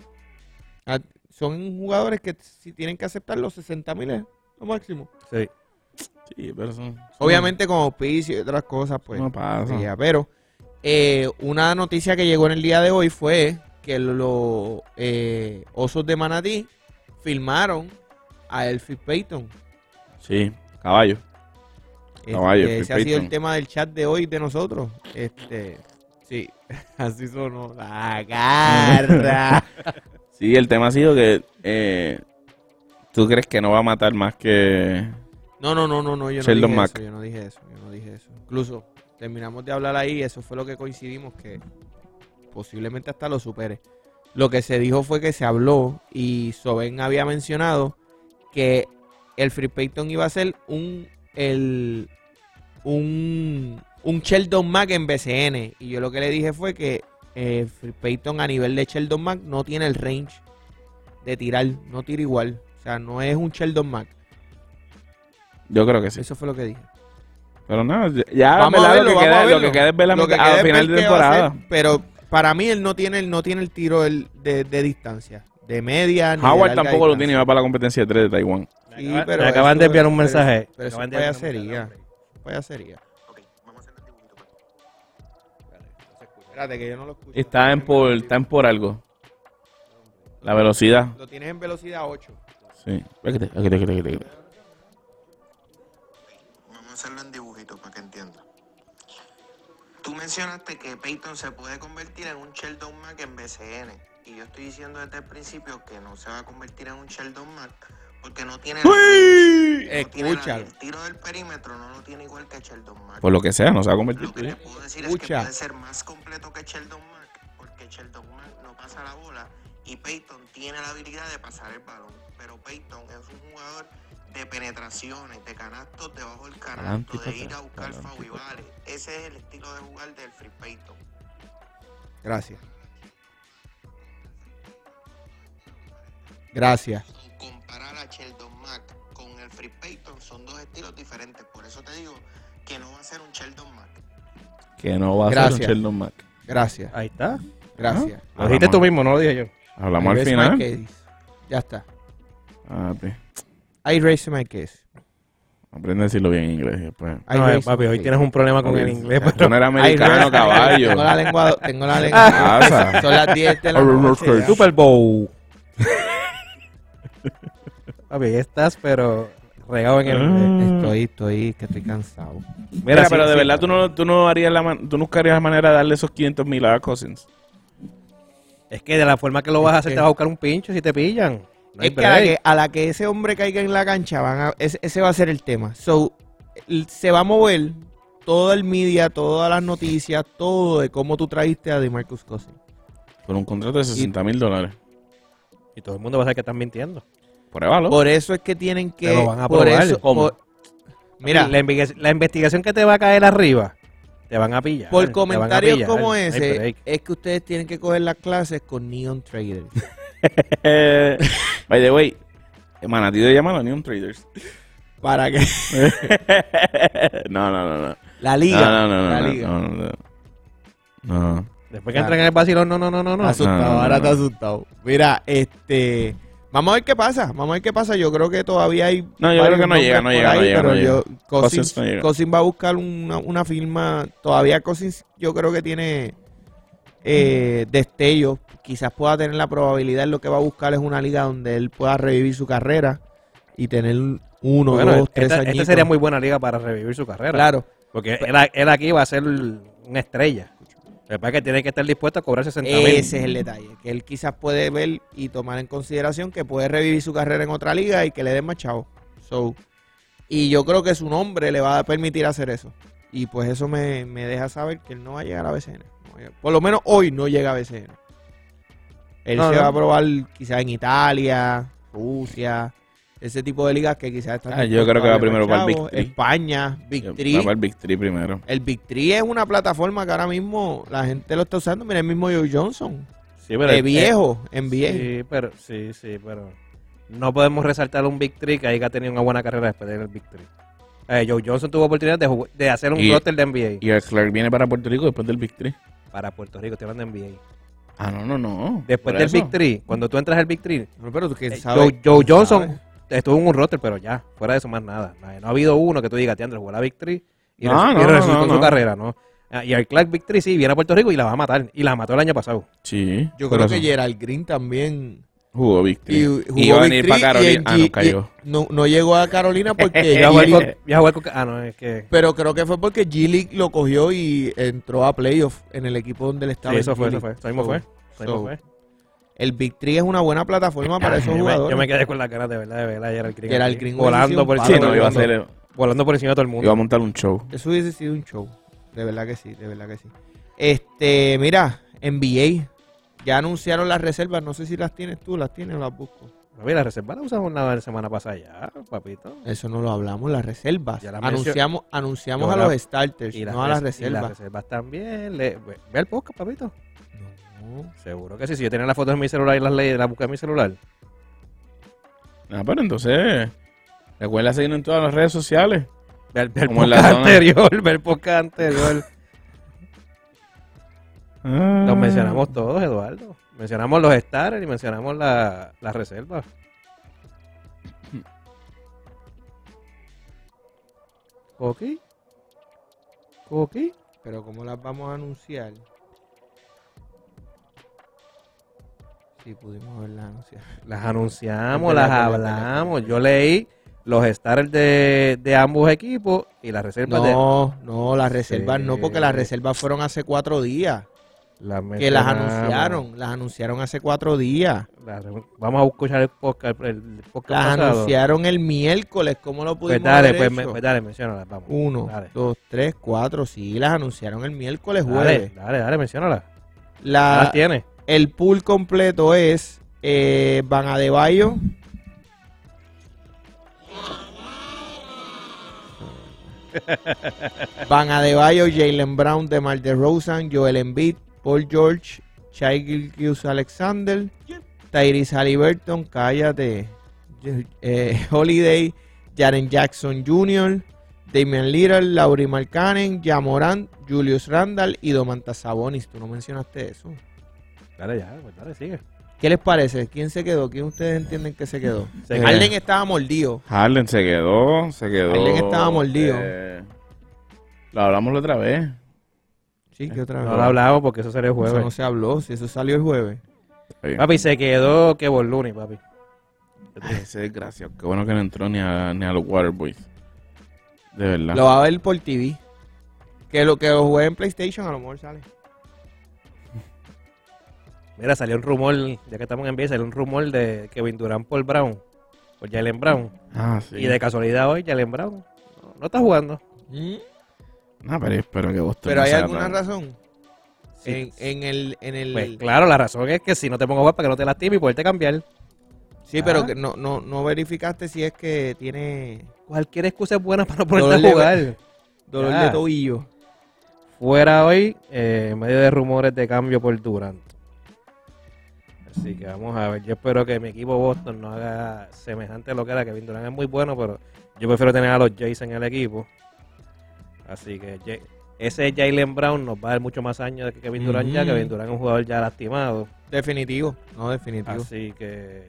Speaker 1: Ah, Son jugadores que si tienen que aceptar los 60 mil es lo máximo.
Speaker 3: Sí.
Speaker 2: Sí, pero son-
Speaker 1: Obviamente con auspicio y otras cosas, pues.
Speaker 2: No pasa.
Speaker 1: ya, pero eh, una noticia que llegó en el día de hoy fue que los eh, osos de Manatí filmaron a Elfie Payton.
Speaker 2: Sí, caballo.
Speaker 1: Este,
Speaker 2: Caballo,
Speaker 1: ese
Speaker 2: Ah, Elfie
Speaker 1: ha sido el
Speaker 2: Payton.
Speaker 1: tema del chat de hoy de nosotros. Este, sí, así sonó. La garra.
Speaker 2: Sí, el tema ha sido que eh, tú crees que no va a matar más que...
Speaker 1: No, no, no, no, no, yo no
Speaker 2: Sheldon
Speaker 1: dije
Speaker 2: Mack.
Speaker 1: eso, yo no dije eso, yo no dije eso. Incluso terminamos de hablar ahí, eso fue lo que coincidimos que posiblemente hasta lo supere. Lo que se dijo fue que se habló y Soben había mencionado que el Free Payton iba a ser un el un un Sheldon Mack en BCN y yo lo que le dije fue que eh, Free Payton a nivel de Sheldon Mack no tiene el range de tirar, no tira igual, o sea, no es un Sheldon Mack.
Speaker 2: Yo creo que sí.
Speaker 1: Eso fue lo que dije.
Speaker 2: Pero no, ya
Speaker 1: Vamos
Speaker 2: ¿verdad?
Speaker 1: a verlo,
Speaker 2: lo,
Speaker 1: vamos
Speaker 2: que queda,
Speaker 1: a
Speaker 2: lo
Speaker 1: verlo.
Speaker 2: que queda es ver la
Speaker 1: Lo que
Speaker 2: mitad-
Speaker 1: queda
Speaker 2: al
Speaker 1: es ver
Speaker 2: final de
Speaker 1: qué va a
Speaker 2: temporada.
Speaker 1: hacer, pero para mí él no tiene, no tiene el tiro del- de, de distancia. De media. ni de
Speaker 2: Howard
Speaker 1: larga
Speaker 2: tampoco lo tiene y
Speaker 1: distancia.
Speaker 2: va para la competencia de tres de Taiwán.
Speaker 3: Me,
Speaker 1: Sí,
Speaker 3: acaba-
Speaker 1: pero
Speaker 3: me acaban
Speaker 1: eso-
Speaker 3: de enviar un
Speaker 1: pero-
Speaker 3: mensaje.
Speaker 1: pero eso
Speaker 3: Acaban de
Speaker 1: es
Speaker 3: enviar un
Speaker 1: payasería.
Speaker 3: mensaje.
Speaker 1: Payasería. Espérate, que yo no lo escucho.
Speaker 2: Está en por, está en por algo. La velocidad.
Speaker 1: Lo tienes en velocidad 8.
Speaker 2: Sí. Espérate, espérate, espérate, espérate.
Speaker 4: Vamos a hacerlo en dibujitos para que entienda. Tú mencionaste que Peyton se puede convertir en un Sheldon Mac en BCN. Y yo estoy diciendo desde el principio que no se va a convertir en un Sheldon Mac porque no tiene. la- no tiene la-
Speaker 1: Escúchalo.
Speaker 4: el tiro del perímetro no lo tiene igual que Sheldon Mac.
Speaker 2: Por lo que sea, no se va a convertir.
Speaker 4: Lo que te puedo decir
Speaker 1: Escucha.
Speaker 4: es que puede ser más completo que Sheldon Mack, porque Sheldon Mack no pasa la bola y Peyton tiene la habilidad de pasar el balón. Pero Peyton es un jugador de penetraciones, de canastos debajo del canasto,
Speaker 2: Adelante,
Speaker 4: de ir a
Speaker 2: pata,
Speaker 4: buscar
Speaker 2: adelante,
Speaker 4: foul y vale. Ese es el estilo de jugar del Free Peyton.
Speaker 1: Gracias. Gracias.
Speaker 4: So, comparar a Sheldon Mack con el Free Peyton son dos estilos diferentes. Por eso te digo que no va a ser un Sheldon Mack.
Speaker 2: Que no va a ser un
Speaker 1: Gracias.
Speaker 2: Sheldon Mack. Ah,
Speaker 1: Gracias.
Speaker 3: Ahí está.
Speaker 1: Ah, Gracias.
Speaker 3: Lo dijiste
Speaker 2: Hablamos-
Speaker 3: tú mismo, no lo dije yo.
Speaker 2: Ah, Hablamos
Speaker 1: I
Speaker 2: al
Speaker 1: raise my
Speaker 2: final.
Speaker 1: case. Ya está.
Speaker 2: Ah, pi.
Speaker 1: I raise my case.
Speaker 2: Aprende a decirlo bien en inglés. después.
Speaker 1: I
Speaker 3: No, eh,
Speaker 1: raise
Speaker 3: papi,
Speaker 1: my
Speaker 3: hoy
Speaker 1: case.
Speaker 3: tienes un problema con
Speaker 2: Papi,
Speaker 3: el inglés.
Speaker 1: ya.
Speaker 2: Tú no eres americano,
Speaker 1: Ay,
Speaker 2: caballo.
Speaker 1: Tengo la lengua. Tengo la
Speaker 2: Ah,
Speaker 1: lengua.
Speaker 2: pasa.
Speaker 1: Son las 10 de la
Speaker 2: Ah, no, no,
Speaker 1: noche.
Speaker 2: no,
Speaker 1: ya.
Speaker 3: Super Bowl. papi, ahí estás, pero regado en el inglés.
Speaker 1: Estoy, estoy, que estoy cansado.
Speaker 2: Mira,
Speaker 3: sí,
Speaker 2: pero de
Speaker 3: sí.
Speaker 2: verdad tú no, tú no harías la man- tú no buscarías la manera de darle esos 500 mil a Cousins.
Speaker 3: Es que de la forma que lo vas a hacer,
Speaker 1: que-
Speaker 3: te vas a buscar un pincho si te pillan. No hay
Speaker 1: es que a, la
Speaker 3: break.
Speaker 1: que a la que ese hombre caiga en la cancha, van a- ese, ese va a ser el tema. So, el- se va a mover todo el media, todas las noticias, todo de cómo tú trajiste a DeMarcus Cousins.
Speaker 2: Por un contrato de 60 mil dólares.
Speaker 3: Y todo el mundo va a saber que están mintiendo.
Speaker 2: Pruébalo.
Speaker 1: Por eso es que tienen que.
Speaker 3: Te lo van a
Speaker 1: por
Speaker 3: probar.
Speaker 1: eso-
Speaker 2: ¿Cómo?
Speaker 1: por- mira,
Speaker 3: la, investiga- la investigación que te va a caer arriba, te van a pillar.
Speaker 1: Por
Speaker 3: te van a
Speaker 1: comentarios
Speaker 3: pillar. No
Speaker 1: como
Speaker 3: hay
Speaker 1: ese,
Speaker 3: break.
Speaker 1: es que ustedes tienen que coger las clases con Neon Traders.
Speaker 2: Eh, by the way, Manatí de llama a los Neon Traders.
Speaker 1: Para que
Speaker 2: no, no, no, no.
Speaker 1: la liga,
Speaker 2: no, no, no,
Speaker 1: la
Speaker 2: no,
Speaker 1: liga.
Speaker 2: no, no, no. No.
Speaker 3: Después que entran en el vacilón, no, no, no, no. no.
Speaker 1: asustado,
Speaker 2: no, no,
Speaker 1: ahora
Speaker 2: no.
Speaker 1: está asustado. Mira, este, vamos a ver qué pasa, vamos a ver qué pasa. Yo creo que todavía hay
Speaker 2: No, yo
Speaker 1: varios
Speaker 2: creo que no
Speaker 1: nombres
Speaker 2: llega, no
Speaker 1: por
Speaker 2: llega, no llega,
Speaker 1: pero
Speaker 2: no
Speaker 1: yo- Cousins,
Speaker 2: Cousins no llega.
Speaker 1: Cousins va a buscar una, una firma, todavía Cousins yo creo que tiene eh, destellos, quizás pueda tener la probabilidad, lo que va a buscar es una liga donde él pueda revivir su carrera y tener uno,
Speaker 3: Bueno,
Speaker 1: dos, tres
Speaker 3: esta, esta
Speaker 1: añitos.
Speaker 3: sería muy buena liga para revivir su carrera.
Speaker 1: Claro.
Speaker 3: Porque él, él aquí va a ser una estrella. Lo que pasa es que tiene que estar dispuesto a cobrar 60 mil.
Speaker 1: Ese es el detalle, que él quizás puede ver y tomar en consideración que puede revivir su carrera en otra liga y que le den más chavo. So, y yo creo que su nombre le va a permitir hacer eso. Y pues eso me, me deja saber que él no va a llegar a BCN. No va a llegar- Por lo menos hoy no llega a BCN. Él
Speaker 3: No,
Speaker 1: se
Speaker 3: no.
Speaker 1: va a probar quizás en Italia, Rusia, ese tipo de ligas que quizás están...
Speaker 2: Ah, yo creo que va primero para el Big
Speaker 1: chavo.
Speaker 2: Three.
Speaker 1: España,
Speaker 2: Yo-
Speaker 1: Big
Speaker 2: va
Speaker 1: Three.
Speaker 2: para el Big Three primero.
Speaker 1: El Big Three es una plataforma que ahora mismo la gente lo está usando. Mira, el mismo Joe Johnson.
Speaker 3: Sí, pero-
Speaker 1: de viejo, en viejo.
Speaker 3: eh, Sí, pero, sí, sí, pero no podemos resaltar un Big Three que ahí que ha tenido una buena carrera después del Big Three. Eh, Joe Johnson tuvo oportunidad de, jug- de hacer un
Speaker 2: Y-
Speaker 3: roster de NBA
Speaker 2: Y el Clark viene para Puerto Rico después del Big Three.
Speaker 3: para Puerto Rico, estoy hablando de NBA.
Speaker 2: Ah, no, no, no.
Speaker 3: Después
Speaker 2: Por
Speaker 3: del
Speaker 2: eso.
Speaker 3: Big Three, cuando tú entras al Big Three,
Speaker 1: No, pero tú que
Speaker 3: eh,
Speaker 1: sabes.
Speaker 3: Joe, Joe
Speaker 1: tú
Speaker 3: Johnson
Speaker 1: sabes.
Speaker 3: estuvo en un roster, pero ya, fuera de eso más nada. No, no ha habido uno que tú digas, Teandro jugó la Big Three y,
Speaker 2: No,
Speaker 3: resu- y
Speaker 2: no, no,
Speaker 3: resultó
Speaker 2: no,
Speaker 3: en su
Speaker 2: no.
Speaker 3: carrera, ¿no? Ah, Y el Clark Big Three sí viene a Puerto Rico y la va a matar. Y la mató el año pasado.
Speaker 2: Sí.
Speaker 1: Yo
Speaker 2: por
Speaker 1: creo
Speaker 2: eso.
Speaker 1: que Gerald Green también.
Speaker 2: Jugó Big Three.
Speaker 1: Y
Speaker 2: Y,
Speaker 1: jugó
Speaker 2: iba a
Speaker 1: Big
Speaker 2: venir
Speaker 1: Three
Speaker 2: para Carolina.
Speaker 1: y
Speaker 2: Ah,
Speaker 1: en
Speaker 2: no,
Speaker 1: G-
Speaker 2: cayó.
Speaker 1: y- no, no llegó a Carolina porque.
Speaker 3: Y
Speaker 1: G
Speaker 3: a jugar
Speaker 1: League-
Speaker 3: con- y a jugar con- Ah, no, es que.
Speaker 1: pero creo que fue porque G League lo cogió y entró a playoff en el equipo donde él estaba.
Speaker 3: Sí,
Speaker 1: en
Speaker 3: eso
Speaker 1: G
Speaker 3: fue, eso
Speaker 1: League.
Speaker 3: fue. Eso mismo
Speaker 1: So,
Speaker 3: fue. Eso mismo
Speaker 1: so,
Speaker 3: pues, fue.
Speaker 1: El Big Three es una buena plataforma para esos
Speaker 3: Yo me, yo
Speaker 1: jugadores.
Speaker 3: me quedé con la cara de verdad de ver a Gerald Green.
Speaker 1: Gerald
Speaker 3: aquí,
Speaker 1: Green hubiese
Speaker 3: volando
Speaker 1: sido
Speaker 3: por,
Speaker 1: un
Speaker 2: Sí,
Speaker 3: encima,
Speaker 1: palo
Speaker 2: no,
Speaker 3: de
Speaker 2: iba a
Speaker 3: todo el mundo.
Speaker 2: ser.
Speaker 3: volando por encima de todo el
Speaker 2: Iba a
Speaker 3: mundo.
Speaker 2: montar un show.
Speaker 1: Eso hubiese sido un show. De verdad que sí, de verdad que sí. Este, mira, NBA. Ya anunciaron las reservas. No sé si las tienes tú, las tienes o las busco.
Speaker 3: No, mira, la reserva la usamos nada la semana pasada ya, papito.
Speaker 1: Eso no lo hablamos, las reservas.
Speaker 3: Ya las
Speaker 1: anunciamos anunciamos
Speaker 3: Yo
Speaker 1: a
Speaker 3: la-
Speaker 1: los starters, no a las
Speaker 3: res- y las
Speaker 1: reservas.
Speaker 3: reservas también. Le, ve, ve el podcast, papito.
Speaker 1: No.
Speaker 3: Seguro que sí. Si yo tenía las fotos en mi celular y las leí, las busqué en mi celular.
Speaker 2: Ah, pero entonces. Recuerda seguirnos en todas las redes sociales.
Speaker 3: Ve el, ve el
Speaker 2: Como en la
Speaker 3: podcast
Speaker 2: zona.
Speaker 3: anterior, ve el podcast anterior.
Speaker 2: Ah.
Speaker 3: Los mencionamos todos, Eduardo. Mencionamos los stars y mencionamos la- las reservas. ¿Coqui? ¿Coqui?
Speaker 1: Pero ¿cómo las vamos a anunciar? Si pudimos verlas anunciar.
Speaker 3: Las anunciamos,
Speaker 1: Espera,
Speaker 3: las
Speaker 1: espera, espera,
Speaker 3: hablamos.
Speaker 1: espera.
Speaker 3: Yo leí los stars de, de ambos equipos y las reservas de...
Speaker 1: No, no, las reservas no, porque las
Speaker 3: Sí.
Speaker 1: reservas fueron hace cuatro días.
Speaker 3: Las
Speaker 1: Que las
Speaker 3: mencionamos.
Speaker 1: anunciaron, las anunciaron hace cuatro días.
Speaker 3: Las- vamos a escuchar el podcast, el podcast
Speaker 1: Las
Speaker 3: pasado.
Speaker 1: anunciaron el miércoles, ¿cómo lo pudimos
Speaker 3: Pues dale,
Speaker 1: haber
Speaker 3: pues,
Speaker 1: hecho?
Speaker 3: me- pues dale, menciónalas, vamos.
Speaker 1: Uno,
Speaker 3: Dale.
Speaker 1: dos, tres, cuatro, sí, las anunciaron el miércoles,
Speaker 3: Dale,
Speaker 1: jueves. Ah.
Speaker 3: dale, dale, menciónalas.
Speaker 1: La-
Speaker 3: Las tiene.
Speaker 1: el pool completo es eh, Van Adebayo. Van Adebayo, Jalen Brown, DeMar DeRozan, Joel Embiid, Paul George, Shai Gilgeous Alexander, Tyrese Halliburton, cállate, eh, Holiday, Jaren Jackson Jr., Damian Lillard, Lauri Markkanen, Jamoran, Julius Randall y Domantas Sabonis. Tú no mencionaste eso.
Speaker 3: Dale, ya, pues dale, sigue.
Speaker 1: ¿Qué les parece? ¿Quién se quedó? ¿Quién ustedes entienden que se quedó?
Speaker 3: Se
Speaker 2: Eh,
Speaker 3: quedó.
Speaker 1: Allen estaba mordido.
Speaker 2: Harden se quedó, se quedó.
Speaker 1: Harden estaba mordido.
Speaker 2: eh, lo hablamos la otra vez.
Speaker 1: Sí, que otra vez.
Speaker 3: No lo hablamos porque eso sería el
Speaker 1: Eso no
Speaker 3: jueves.
Speaker 1: se habló, si eso salió el jueves.
Speaker 2: Está bien.
Speaker 3: Papi, se quedó que Lunes, papi.
Speaker 2: Ay, ese desgraciado. Qué bueno que no entró ni a, ni a los Waterboys. De verdad.
Speaker 1: Lo va a ver por TV. Que lo que lo juegue en PlayStation a lo mejor sale.
Speaker 3: Mira, salió un rumor, ya que estamos en NBA, salió un rumor de Kevin Durant por Brown, por Jalen Brown.
Speaker 2: Ah, sí.
Speaker 3: Y de casualidad hoy Jalen Brown no, no está jugando.
Speaker 2: Ah, pero yo espero que vos
Speaker 1: Pero hay alguna razón.
Speaker 3: Sí.
Speaker 1: En, en el, en el
Speaker 3: Pues claro, la razón es que si no te pongo a jugar para que no te lastimes y poderte cambiar.
Speaker 1: Sí, pero
Speaker 3: Ah.
Speaker 1: que no, no, no verificaste si es que tiene
Speaker 3: Cualquier excusa es buena para no
Speaker 1: Dolor
Speaker 3: ponerte
Speaker 1: de-
Speaker 3: a jugar.
Speaker 1: dolor
Speaker 3: Ah.
Speaker 1: de tobillo.
Speaker 3: Fuera hoy, eh, en medio de rumores de cambio por Durant. Así que vamos a ver. Yo espero que mi equipo Boston no haga semejante lo que era. Kevin Durant es muy bueno, pero yo prefiero tener a los Jays en el equipo. Así que Ja- ese Jalen Brown nos va a dar mucho más años que Kevin Durant ya.
Speaker 1: Ujú.
Speaker 3: Kevin Durant es un jugador ya lastimado.
Speaker 1: Definitivo. No, definitivo.
Speaker 3: Así que,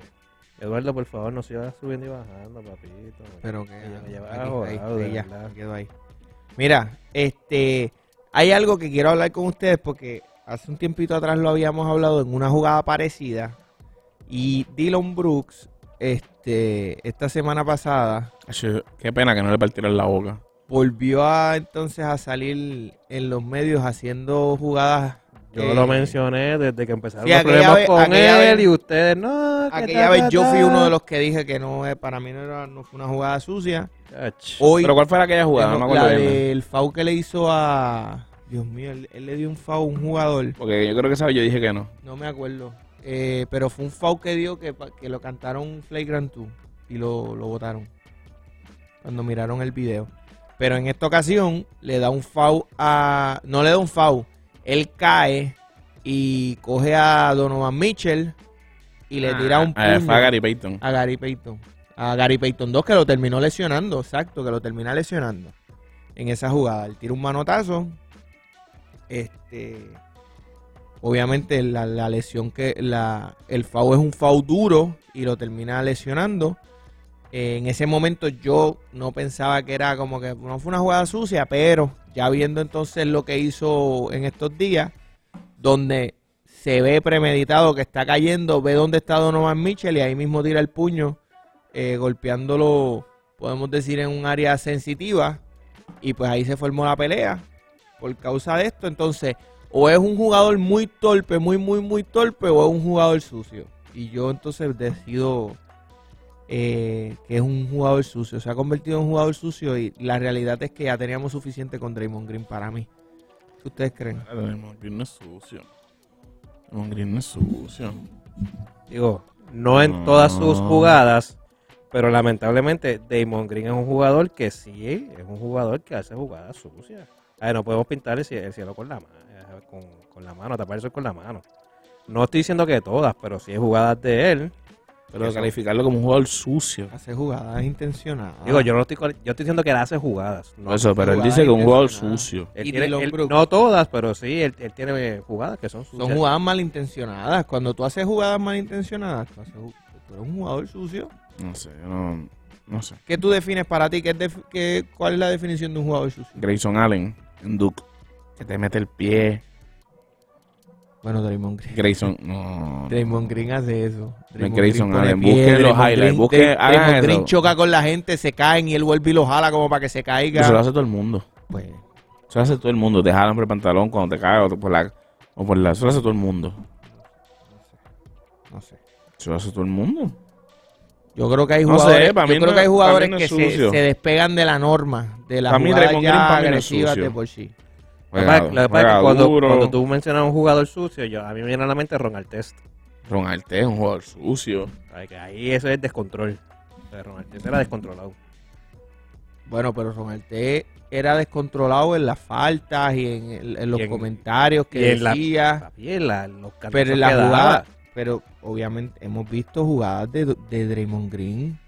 Speaker 3: Eduardo, por favor, no sigas subiendo y bajando, papito.
Speaker 1: Pero que
Speaker 3: Ya me llevaba
Speaker 1: aquí, ahí,
Speaker 3: jodado,
Speaker 1: ahí
Speaker 3: de
Speaker 1: ya,
Speaker 3: verdad.
Speaker 1: me quedo ahí. Mira, este hay algo que quiero hablar con ustedes porque hace un tiempito atrás lo habíamos hablado en una jugada parecida y Dylan Brooks este esta semana pasada
Speaker 2: razón. Qué pena que no le partieron la boca.
Speaker 1: volvió a entonces a salir en los medios haciendo jugadas
Speaker 3: Yo
Speaker 1: eh,
Speaker 3: lo mencioné desde que empezaron
Speaker 1: sí,
Speaker 3: los
Speaker 1: aquella
Speaker 3: problemas
Speaker 1: vez-
Speaker 3: con
Speaker 1: aquella
Speaker 3: él
Speaker 1: vez-
Speaker 3: y ustedes, no. que
Speaker 1: Aquella
Speaker 3: ta,
Speaker 1: vez
Speaker 3: ta,
Speaker 1: yo fui
Speaker 3: ta.
Speaker 1: uno de los que dije que no eh, para mí no, era, no fue una jugada sucia.
Speaker 3: Ach.
Speaker 1: Hoy
Speaker 2: ¿Pero cuál fue aquella jugada? No me
Speaker 1: la
Speaker 2: acuerdo bien.
Speaker 1: del FAU que le hizo a Dios mío, él, él le dio un FAU a un jugador.
Speaker 2: Porque yo creo que esa vez yo dije que no.
Speaker 1: No me acuerdo. Eh, pero fue un foul que dio que, pa- que lo cantaron Flagrant 2 y lo, lo votaron. Cuando miraron el video. Pero en esta ocasión le da un foul a. No le da un foul. Él cae y coge a Donovan Mitchell y le tira un
Speaker 2: Ah,
Speaker 1: puño
Speaker 2: fue a Gary Payton.
Speaker 1: a Gary Payton. A Gary Payton 2 que lo terminó lesionando. Exacto, que lo termina lesionando. En esa jugada. Él tira un manotazo. Este. Obviamente la, la lesión que la, el FAU es un FAU duro y lo termina lesionando. Eh, en ese momento yo no pensaba que era como que no fue una jugada sucia, pero ya viendo entonces lo que hizo en estos días, donde se ve premeditado que está cayendo, ve dónde está Donovan Mitchell y ahí mismo tira el puño, eh, golpeándolo, podemos decir, en un área sensitiva. Y pues ahí se formó la pelea por causa de esto. Entonces, o es un jugador muy torpe, muy, muy, muy torpe, o es un jugador sucio. Y yo entonces decido eh, que es un jugador sucio. Se ha convertido en un jugador sucio y la realidad es que ya teníamos suficiente con Draymond Green para mí. ¿Qué ustedes creen?
Speaker 2: Claro, Draymond Green no es sucio. Draymond Green no es sucio.
Speaker 3: Digo, no en todas sus jugadas, pero lamentablemente Damon Green es un jugador que sí, es un jugador que hace jugadas sucias. A ver, no podemos pintar el cie- el cielo con la, ma- eh, con, con la mano, tapar el sol con la mano. No estoy diciendo que todas, pero sí hay jugadas de él.
Speaker 2: Pero calificarlo como un jugador sucio.
Speaker 1: Hace jugadas intencionadas.
Speaker 3: Digo, yo no estoy, cual- yo estoy diciendo que él hace jugadas. No,
Speaker 2: Eso, pero él
Speaker 1: jugadas
Speaker 2: dice que un jugador
Speaker 1: intencionadas.
Speaker 2: sucio.
Speaker 3: Él
Speaker 1: Y
Speaker 3: tiene-
Speaker 1: Dylan
Speaker 3: él-
Speaker 1: Brooks.
Speaker 3: no todas, pero sí, él, él tiene jugadas que son sucias.
Speaker 1: Son jugadas malintencionadas. Cuando tú haces jugadas malintencionadas, tú, haces ju- tú eres un jugador sucio.
Speaker 2: No sé, no, no sé.
Speaker 1: ¿Qué tú defines para ti? ¿Qué es def- qué- ¿Cuál es la definición de un jugador sucio?
Speaker 2: Grayson Allen, en Duke, que te mete el pie.
Speaker 1: Bueno, Draymond Green.
Speaker 2: Grayson, no.
Speaker 1: Draymond Green hace eso. Draymond
Speaker 2: Grayson
Speaker 1: pone
Speaker 2: Allen.
Speaker 1: pie,
Speaker 2: Busquen los
Speaker 1: Draymond
Speaker 2: highlights,
Speaker 1: Green-
Speaker 2: busquen- hagan
Speaker 1: Draymond
Speaker 2: eso.
Speaker 1: Green choca con la gente, se caen y él vuelve y lo jala como para que se
Speaker 2: Eso lo
Speaker 1: caiga.
Speaker 2: hace todo el mundo.
Speaker 1: Pues,
Speaker 2: Eso lo hace todo el mundo. Te jalan por el pantalón cuando te cagas o por la. O por la. Eso lo hace todo el mundo.
Speaker 1: no sé.
Speaker 2: Eso lo hace todo el mundo.
Speaker 1: Yo creo que hay
Speaker 2: No sé,
Speaker 1: jugadores,
Speaker 2: para mí
Speaker 1: yo creo
Speaker 2: no-
Speaker 1: que hay jugadores
Speaker 2: para mí no
Speaker 1: que
Speaker 2: es
Speaker 1: se,
Speaker 2: sucio.
Speaker 1: se despegan de la norma, de la
Speaker 2: Para mí
Speaker 1: jugada
Speaker 2: Draymond
Speaker 1: ya
Speaker 2: Green para mí no es
Speaker 1: agresiva de
Speaker 2: sucio.
Speaker 1: por sí.
Speaker 3: Lo que pasa- lo que pasa es que
Speaker 2: Juega
Speaker 3: cuando,
Speaker 2: duro.
Speaker 3: cuando tú mencionas a un jugador sucio, yo, a mí me viene a la mente Ron Artest.
Speaker 2: Ron Artest es un jugador sucio.
Speaker 3: ¿sabes? Que ahí eso es descontrol. O sea, Ron Artest era descontrolado.
Speaker 1: Bueno, pero Romalte era descontrolado en las faltas y en, el- en los
Speaker 3: Y en-
Speaker 1: comentarios que
Speaker 3: y en la-
Speaker 1: decía.
Speaker 3: Papi, en la- los cantazos
Speaker 1: Ah. pero en la
Speaker 3: que daba.
Speaker 1: jugada, pero obviamente hemos visto jugadas de, de Draymond Green.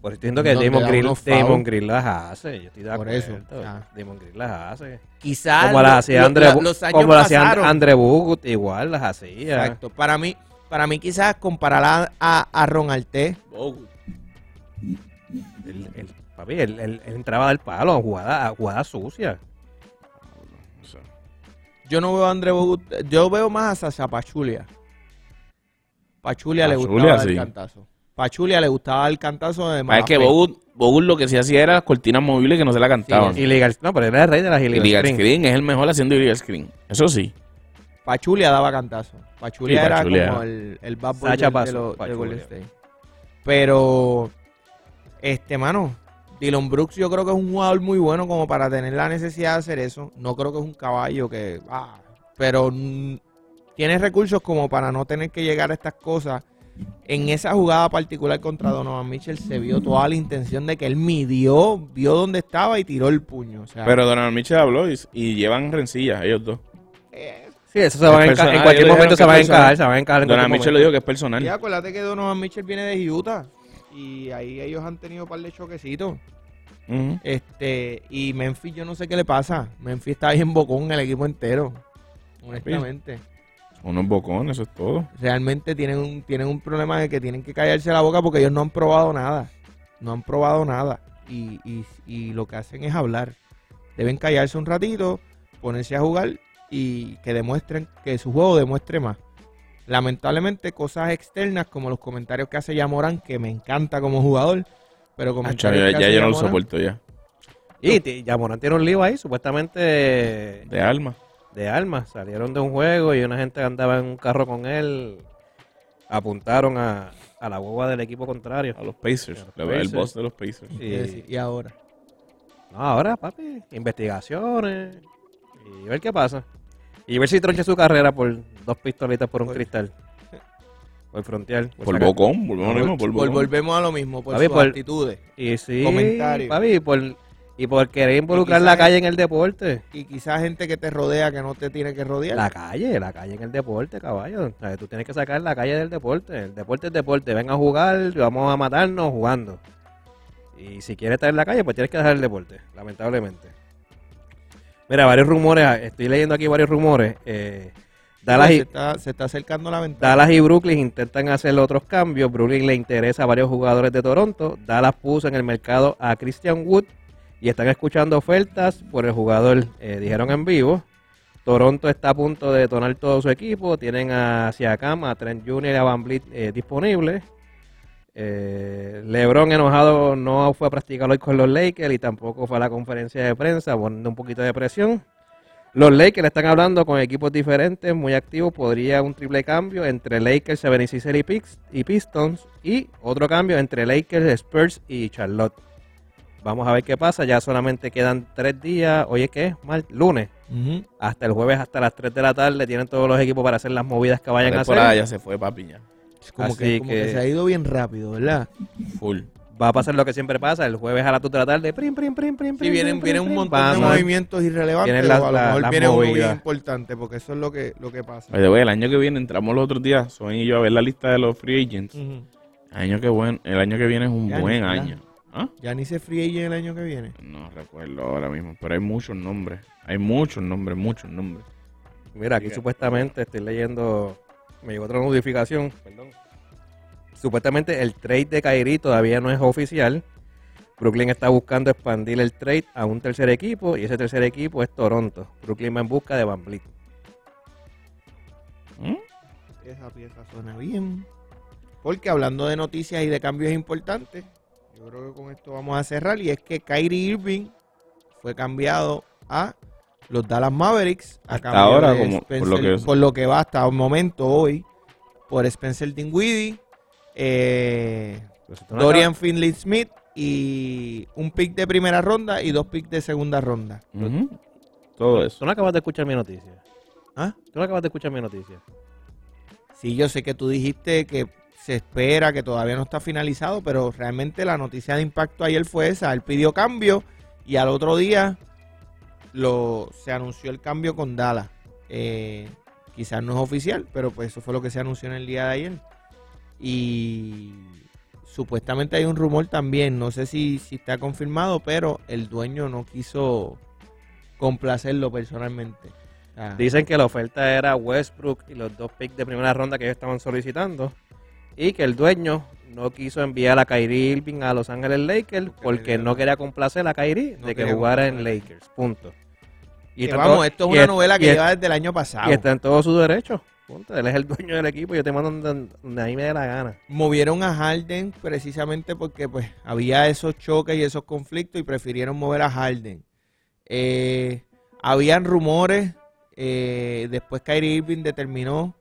Speaker 3: Por eso estoy diciendo que
Speaker 1: Donde
Speaker 3: Damon
Speaker 1: da
Speaker 3: Green,
Speaker 1: unos
Speaker 3: Damon
Speaker 1: foul.
Speaker 3: Green las hace. Yo estoy de
Speaker 1: Por
Speaker 3: acuerdo.
Speaker 1: eso, ah.
Speaker 3: Damon Green las hace.
Speaker 1: Quizás
Speaker 3: como las hacía Andre, Bu-
Speaker 1: los años
Speaker 3: como las hacía And-
Speaker 1: pasaron.
Speaker 3: Andre Bogut, igual las hacía.
Speaker 1: Exacto. Para mí, para mí quizás comparar a, a, a Ron Artest,
Speaker 3: Él, él- papi, él, él- él entraba del palo, jugada, jugada sucia.
Speaker 2: O sea,
Speaker 1: yo no veo a André Bogut, yo veo más a Sasha Pachulia. Pachulia le
Speaker 2: Pachulia,
Speaker 1: gustaba dar
Speaker 2: sí.
Speaker 1: cantazo. Pachulia le gustaba el cantazo de
Speaker 2: es
Speaker 1: mala
Speaker 2: que
Speaker 1: fe.
Speaker 2: Bogut, Bogut lo que sí hacía era las cortinas movibles que no se la cantaban.
Speaker 1: Sí,
Speaker 2: y
Speaker 3: Illegal, no, pero él era el rey de las illegal,
Speaker 2: Illegal
Speaker 3: screen.
Speaker 2: Screen es el mejor haciendo Illegal Screen. Eso sí.
Speaker 1: Pachulia daba cantazo. Pachulia
Speaker 2: Sí,
Speaker 1: era
Speaker 2: Pachulia.
Speaker 1: como el, el bad boy
Speaker 3: Sacha
Speaker 1: del- de,
Speaker 3: Paso,
Speaker 1: los- de
Speaker 3: Pachulia.
Speaker 1: Golden State. Pero, este, mano, Dylan Brooks yo creo que es un jugador muy bueno como para tener la necesidad de hacer eso. No creo que es un caballo que... ah, pero mm, tiene recursos como para no tener que llegar a estas cosas. En esa jugada particular contra Donovan Mitchell se vio toda la intención de que él midió, vio dónde estaba y tiró el puño. O sea,
Speaker 2: Pero Donald Mitchell habló y, y llevan rencillas ellos dos.
Speaker 1: eh,
Speaker 3: Sí, eso se va
Speaker 2: Es
Speaker 3: a enca- en
Speaker 2: personal,
Speaker 3: cualquier
Speaker 2: ellos
Speaker 3: momento
Speaker 2: dijeron
Speaker 3: se
Speaker 2: que
Speaker 3: va a
Speaker 2: es
Speaker 3: encajar, se va a encajar en
Speaker 2: Donald Mitchell
Speaker 3: cualquier este momento.
Speaker 2: lo dijo que es personal.
Speaker 1: Y acuérdate que Donovan Mitchell viene de Utah. Y ahí ellos han tenido un par de choquecitos.
Speaker 2: Ujú.
Speaker 1: Este, y Memphis, yo no sé qué le pasa. Memphis está bien bocón el equipo entero. Honestamente.
Speaker 2: Unos bocones, eso es todo.
Speaker 1: Realmente tienen un, tienen un problema de que tienen que callarse la boca porque ellos no han probado nada. No han probado nada. Y, y- y lo que hacen es hablar. Deben callarse un ratito, ponerse a jugar y que demuestren, que su juego demuestre más. Lamentablemente, cosas externas como los comentarios que hace Yamorán, que me encanta como jugador, pero
Speaker 2: Acho,
Speaker 1: comentarios
Speaker 2: ya,
Speaker 1: que
Speaker 2: ya
Speaker 1: hace
Speaker 2: yo no lo
Speaker 1: Yamorán-
Speaker 2: soporto ya.
Speaker 3: Y t- ya Morán tiene un lío ahí, supuestamente
Speaker 2: De alma.
Speaker 3: de armas. Salieron de un juego y una gente andaba en un carro con él. Apuntaron a, a la boba del equipo contrario.
Speaker 2: A los Pacers.
Speaker 3: A los
Speaker 2: la verdad, El
Speaker 3: Pacers.
Speaker 2: boss de los Pacers.
Speaker 3: Y-
Speaker 1: Sí, Y ahora.
Speaker 3: no, ahora, papi, investigaciones. Y ver qué pasa. Y ver si troncha su carrera por dos pistolitas por un
Speaker 1: Por-
Speaker 3: cristal. Por frontear.
Speaker 2: Por
Speaker 3: sacar-
Speaker 2: bocón. Volvemos, a lo mismo,
Speaker 1: Vol-
Speaker 2: por
Speaker 1: vol-
Speaker 2: bocón.
Speaker 1: volvemos a lo mismo, por
Speaker 3: Papi,
Speaker 1: sus
Speaker 3: por-
Speaker 1: actitudes.
Speaker 3: Y sí,
Speaker 1: Comentario.
Speaker 3: papi, por- y por querer involucrar
Speaker 1: quizás
Speaker 3: la
Speaker 1: es-
Speaker 3: calle en el deporte.
Speaker 1: Y quizás gente que te rodea que no te tiene que rodear.
Speaker 3: La calle, la calle en el deporte, caballo. O sea, tú tienes que sacar la calle del deporte. El deporte es deporte. Ven a jugar, vamos a matarnos jugando. Y si quieres estar en la calle, pues tienes que dejar el deporte, lamentablemente. Mira, varios rumores. Estoy leyendo aquí varios rumores. eh, Dallas
Speaker 1: Pues, se,
Speaker 3: y-
Speaker 1: está, se está acercando la ventana.
Speaker 3: Dallas y Brooklyn intentan hacer otros cambios. Brooklyn le interesa a varios jugadores de Toronto. Dallas puso en el mercado a Christian Wood y están escuchando ofertas por el jugador, eh, dijeron en vivo. Toronto está a punto de detonar todo su equipo. Tienen a Siakam, a Trent Jr. y a Van Vliet eh, disponibles. Eh, LeBron enojado no fue a practicar hoy con los Lakers y tampoco fue a la conferencia de prensa poniendo un poquito de presión. Los Lakers están hablando con equipos diferentes, muy activos. Podría un triple cambio entre Lakers, 76 y, Pix- y Pistons. Y otro cambio entre Lakers, Spurs y Charlotte. Vamos a ver qué pasa. Ya solamente quedan tres días. Oye, ¿qué es? Mar- Lunes.
Speaker 1: Ujú.
Speaker 3: Hasta el jueves, hasta las 3 de la tarde. Tienen todos los equipos para hacer las movidas que vayan
Speaker 2: La
Speaker 3: a hacer.
Speaker 2: temporada ya se fue, papi, ya.
Speaker 1: Como,
Speaker 3: Así
Speaker 1: que, como que
Speaker 3: que-
Speaker 1: se ha ido bien rápido, ¿verdad?
Speaker 2: Full.
Speaker 3: Va a pasar lo que siempre pasa. El jueves a las 2 de la tarde. Prim, prim, prim, prim,
Speaker 1: Sí,
Speaker 3: prim,
Speaker 1: vienen,
Speaker 3: prim,
Speaker 1: vienen un
Speaker 3: prim,
Speaker 1: montón
Speaker 3: pam,
Speaker 1: de
Speaker 3: pam.
Speaker 1: movimientos irrelevantes,
Speaker 3: Vienen las-
Speaker 1: o a lo
Speaker 3: las-
Speaker 1: mejor
Speaker 3: las
Speaker 1: viene uno bien
Speaker 3: movidas.
Speaker 1: importante, porque eso es lo que, lo que pasa.
Speaker 2: By the way, el año que viene entramos los otros días, Soy y yo a ver la lista de los free agents.
Speaker 1: Ujú.
Speaker 2: El año que, buen- el año que viene es un
Speaker 1: Mm. Ya,
Speaker 2: buen
Speaker 1: ya.
Speaker 2: año. ¿Ah?
Speaker 1: Ya ni se fríe y el año que viene.
Speaker 2: No recuerdo ahora mismo, pero hay muchos nombres. Hay muchos nombres, muchos nombres.
Speaker 3: Mira, aquí
Speaker 2: Mira.
Speaker 3: supuestamente estoy leyendo. Me llegó otra notificación. Perdón. Supuestamente el trade de Kairi todavía no es oficial. Brooklyn está buscando expandir el trade a un tercer equipo y ese tercer equipo es Toronto. Brooklyn va en busca de Van Vliet.
Speaker 2: ¿Mm?
Speaker 1: Esa pieza suena bien. Porque hablando de noticias y de cambios importantes, yo creo que con esto vamos a cerrar. Y es que Kyrie Irving fue cambiado a los Dallas Mavericks. A
Speaker 2: Hasta
Speaker 1: cambio
Speaker 2: ahora,
Speaker 1: de
Speaker 2: como- por
Speaker 1: Spencer-
Speaker 2: lo que es.
Speaker 1: por lo que va hasta el momento hoy, por Spencer Dinwiddie, eh, Dorian Finley Smith y un pick de primera ronda y dos picks de segunda ronda.
Speaker 2: Ujú. Todo eso.
Speaker 3: Tú no acabas de escuchar mi noticia.
Speaker 1: ¿Ah?
Speaker 3: Tú no acabas de escuchar mi noticia.
Speaker 1: Sí, yo sé que tú dijiste que se espera, que todavía no está finalizado, pero realmente la noticia de impacto ayer fue esa. Él pidió cambio y al otro día lo, se anunció el cambio con Dallas. Eh, quizás no es oficial, pero pues eso fue lo que se anunció en el día de ayer. Y supuestamente hay un rumor también, no sé si, si está confirmado, pero el dueño no quiso complacerlo personalmente. Ah,
Speaker 3: Dicen que la oferta era Westbrook y los dos picks de primera ronda que ellos estaban solicitando. Y que el dueño no quiso enviar a Kyrie Irving a Los Ángeles Lakers
Speaker 1: Porque
Speaker 3: porque
Speaker 1: quería-
Speaker 3: no quería complacer a Kyrie
Speaker 1: No
Speaker 3: de que
Speaker 1: quería
Speaker 3: jugara en
Speaker 1: complacer.
Speaker 3: Lakers. Punto. Y
Speaker 1: que
Speaker 3: está todo-
Speaker 1: vamos, esto es
Speaker 3: y
Speaker 1: una
Speaker 3: es-
Speaker 1: novela que
Speaker 3: y es-
Speaker 1: lleva desde el año pasado.
Speaker 3: Y está en todo su derecho. Punto. Él es el dueño del equipo. Yo te mando donde, donde a mí me dé la gana.
Speaker 1: movieron a Harden precisamente porque pues había esos choques y esos conflictos y prefirieron mover a Harden. Eh, habían rumores, eh, después Kyrie Irving determinó